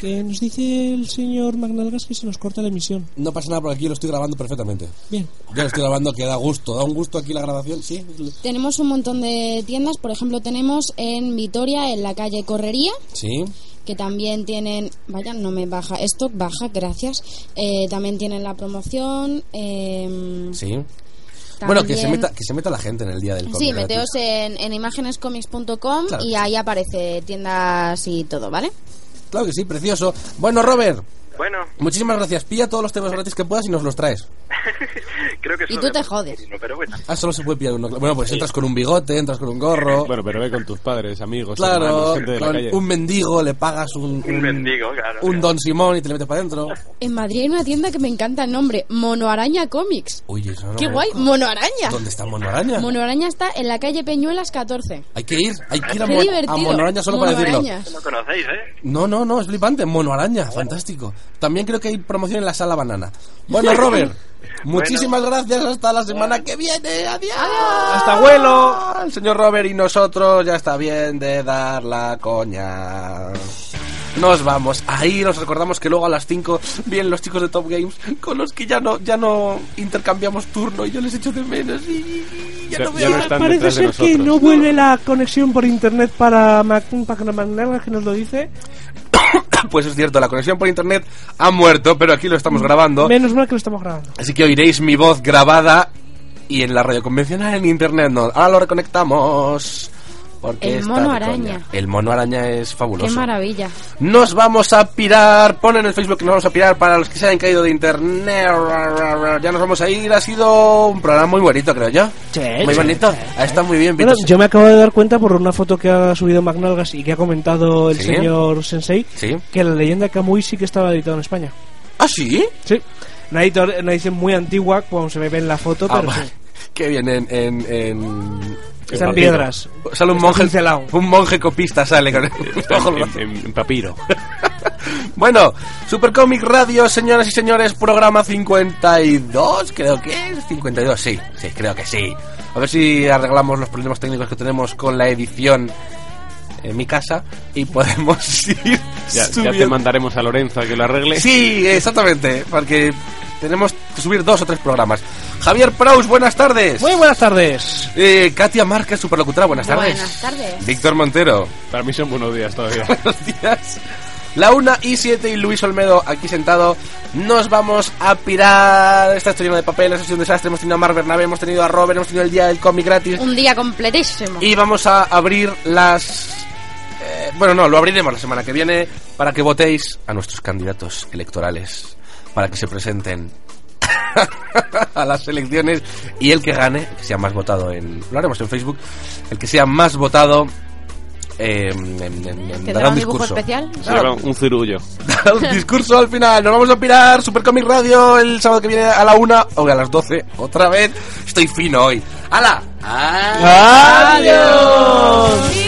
Que nos dice el señor Magnalgas que se nos corta la emisión. No pasa nada porque aquí lo estoy grabando perfectamente. Bien. Yo lo estoy grabando que da gusto. Da un gusto aquí la grabación, sí. Tenemos un montón de tiendas, por ejemplo, tenemos en Vitoria, en la calle Correría, Sí. que también tienen, vaya, no me baja esto, baja, gracias. Eh, también tienen la promoción. em, Sí. Bueno, que se, también- meta, que se meta la gente en el día del cómic. Sí, gratis. meteos en, en imágenescomics.com Claro. y ahí aparece tiendas y todo, ¿vale? Claro que sí, precioso. Bueno, Robert, Bueno, muchísimas gracias. Pilla todos los temas gratis que puedas y nos los traes. creo que Y solo tú me te puedo jodes. decirlo, Pero bueno. Ah, solo se puede pillar uno. Bueno, pues entras con un bigote, entras con un gorro. Bueno, pero ve con tus padres, amigos, hermanos, Claro, gente de la con calle. un mendigo le pagas un, un, mendigo, claro. un Don Simón y te le metes para adentro. En Madrid hay una tienda que me encanta el nombre, Monoaraña Comics. Uy, eso no ¡Qué lo guay! conozco. ¡Monoaraña! ¿Dónde está Mono Araña? Monoaraña está en la calle Peñuelas 14. Hay que ir, hay que ir a, Qué Mon- a divertido. Mono Araña solo para Mono decirlo. Araña. Lo conocéis, ¿eh? No, no, no, es flipante. Mono Araña, fantástico. También creo que hay promoción en la sala banana. Bueno, Robert, muchísimas gracias. Hasta la semana que viene. Adiós. Hasta abuelo. El señor Robert y nosotros ya está bien de dar la coña. nos vamos. Ahí nos recordamos que luego a las 5 vienen los chicos de Top Games con los que ya no, ya no intercambiamos turno y yo les echo de menos. Y, y- y ya, Ya- no ya veo no a- están Parece detrás de ser que nosotros. no vuelve la conexión por internet para Mac para Magnaga, que nos lo dice. Pues es cierto, la conexión por internet ha muerto, pero aquí lo estamos grabando. Menos mal que lo estamos grabando. Así que oiréis mi voz grabada y en la radio convencional en internet no. Ahora lo reconectamos. Porque El está mono de coña. araña. El mono araña es Qué fabuloso. maravilla. Nos vamos a pirar. Pon en el Facebook que nos vamos a pirar para los que se hayan caído de internet. Ya nos vamos a ir. Ha sido un programa muy bonito, creo yo. muy sí. bonito. Ha estado muy bien. Bueno, Vitos. yo me acabo de dar cuenta por una foto que ha subido McNalgas y que ha comentado el Sí. señor Sensei Sí. que la leyenda de Kamui sí que estaba editado en España. ¿Ah, sí? Sí. Una, editor- una edición muy antigua, como se ve en la foto, Ah, pero vale. sí. Qué bien, en... en, en... Está en papiro. piedras. Sale un Está monje, pincelado. un monje copista, sale con el papiro. bueno, Supercomic Radio, señoras y señores, programa 52, creo que es 52, sí, sí, creo que sí. A ver si arreglamos los problemas técnicos que tenemos con la edición en mi casa y podemos ir Ya, ya te subiendo. mandaremos a Lorenzo a que lo arregle. Sí, exactamente, porque tenemos que subir dos o tres programas. Javier Praus, buenas tardes. Muy buenas tardes. Eh, Katia Márquez, superlocutora, buenas tardes. Buenas tardes. Víctor Montero. Para mí son buenos días todavía. Buenos días. La 1 y 7 y Luis Olmedo aquí sentado. Nos vamos a pirar. Esta historia de papel, ha sido un desastre. Hemos tenido a Mark Bernabé, hemos tenido a Robert, hemos tenido el día del cómic gratis. Un día completísimo. Y vamos a abrir las... eh, bueno, no, lo abriremos la semana que viene para que votéis a nuestros candidatos electorales, para que se presenten a las elecciones y el que gane, el que sea más votado en... Lo haremos en Facebook, el que sea más votado... eh, em, em, em, dará ¿Tendrá un un dibujo discurso. especial? Claro. Será un cirullo. Dará un discurso al final. Nos vamos a pirar. Supercomic Radio el sábado que viene a la una o a las 12. Otra vez. Estoy fino hoy. ¡Hala! ¡Adiós!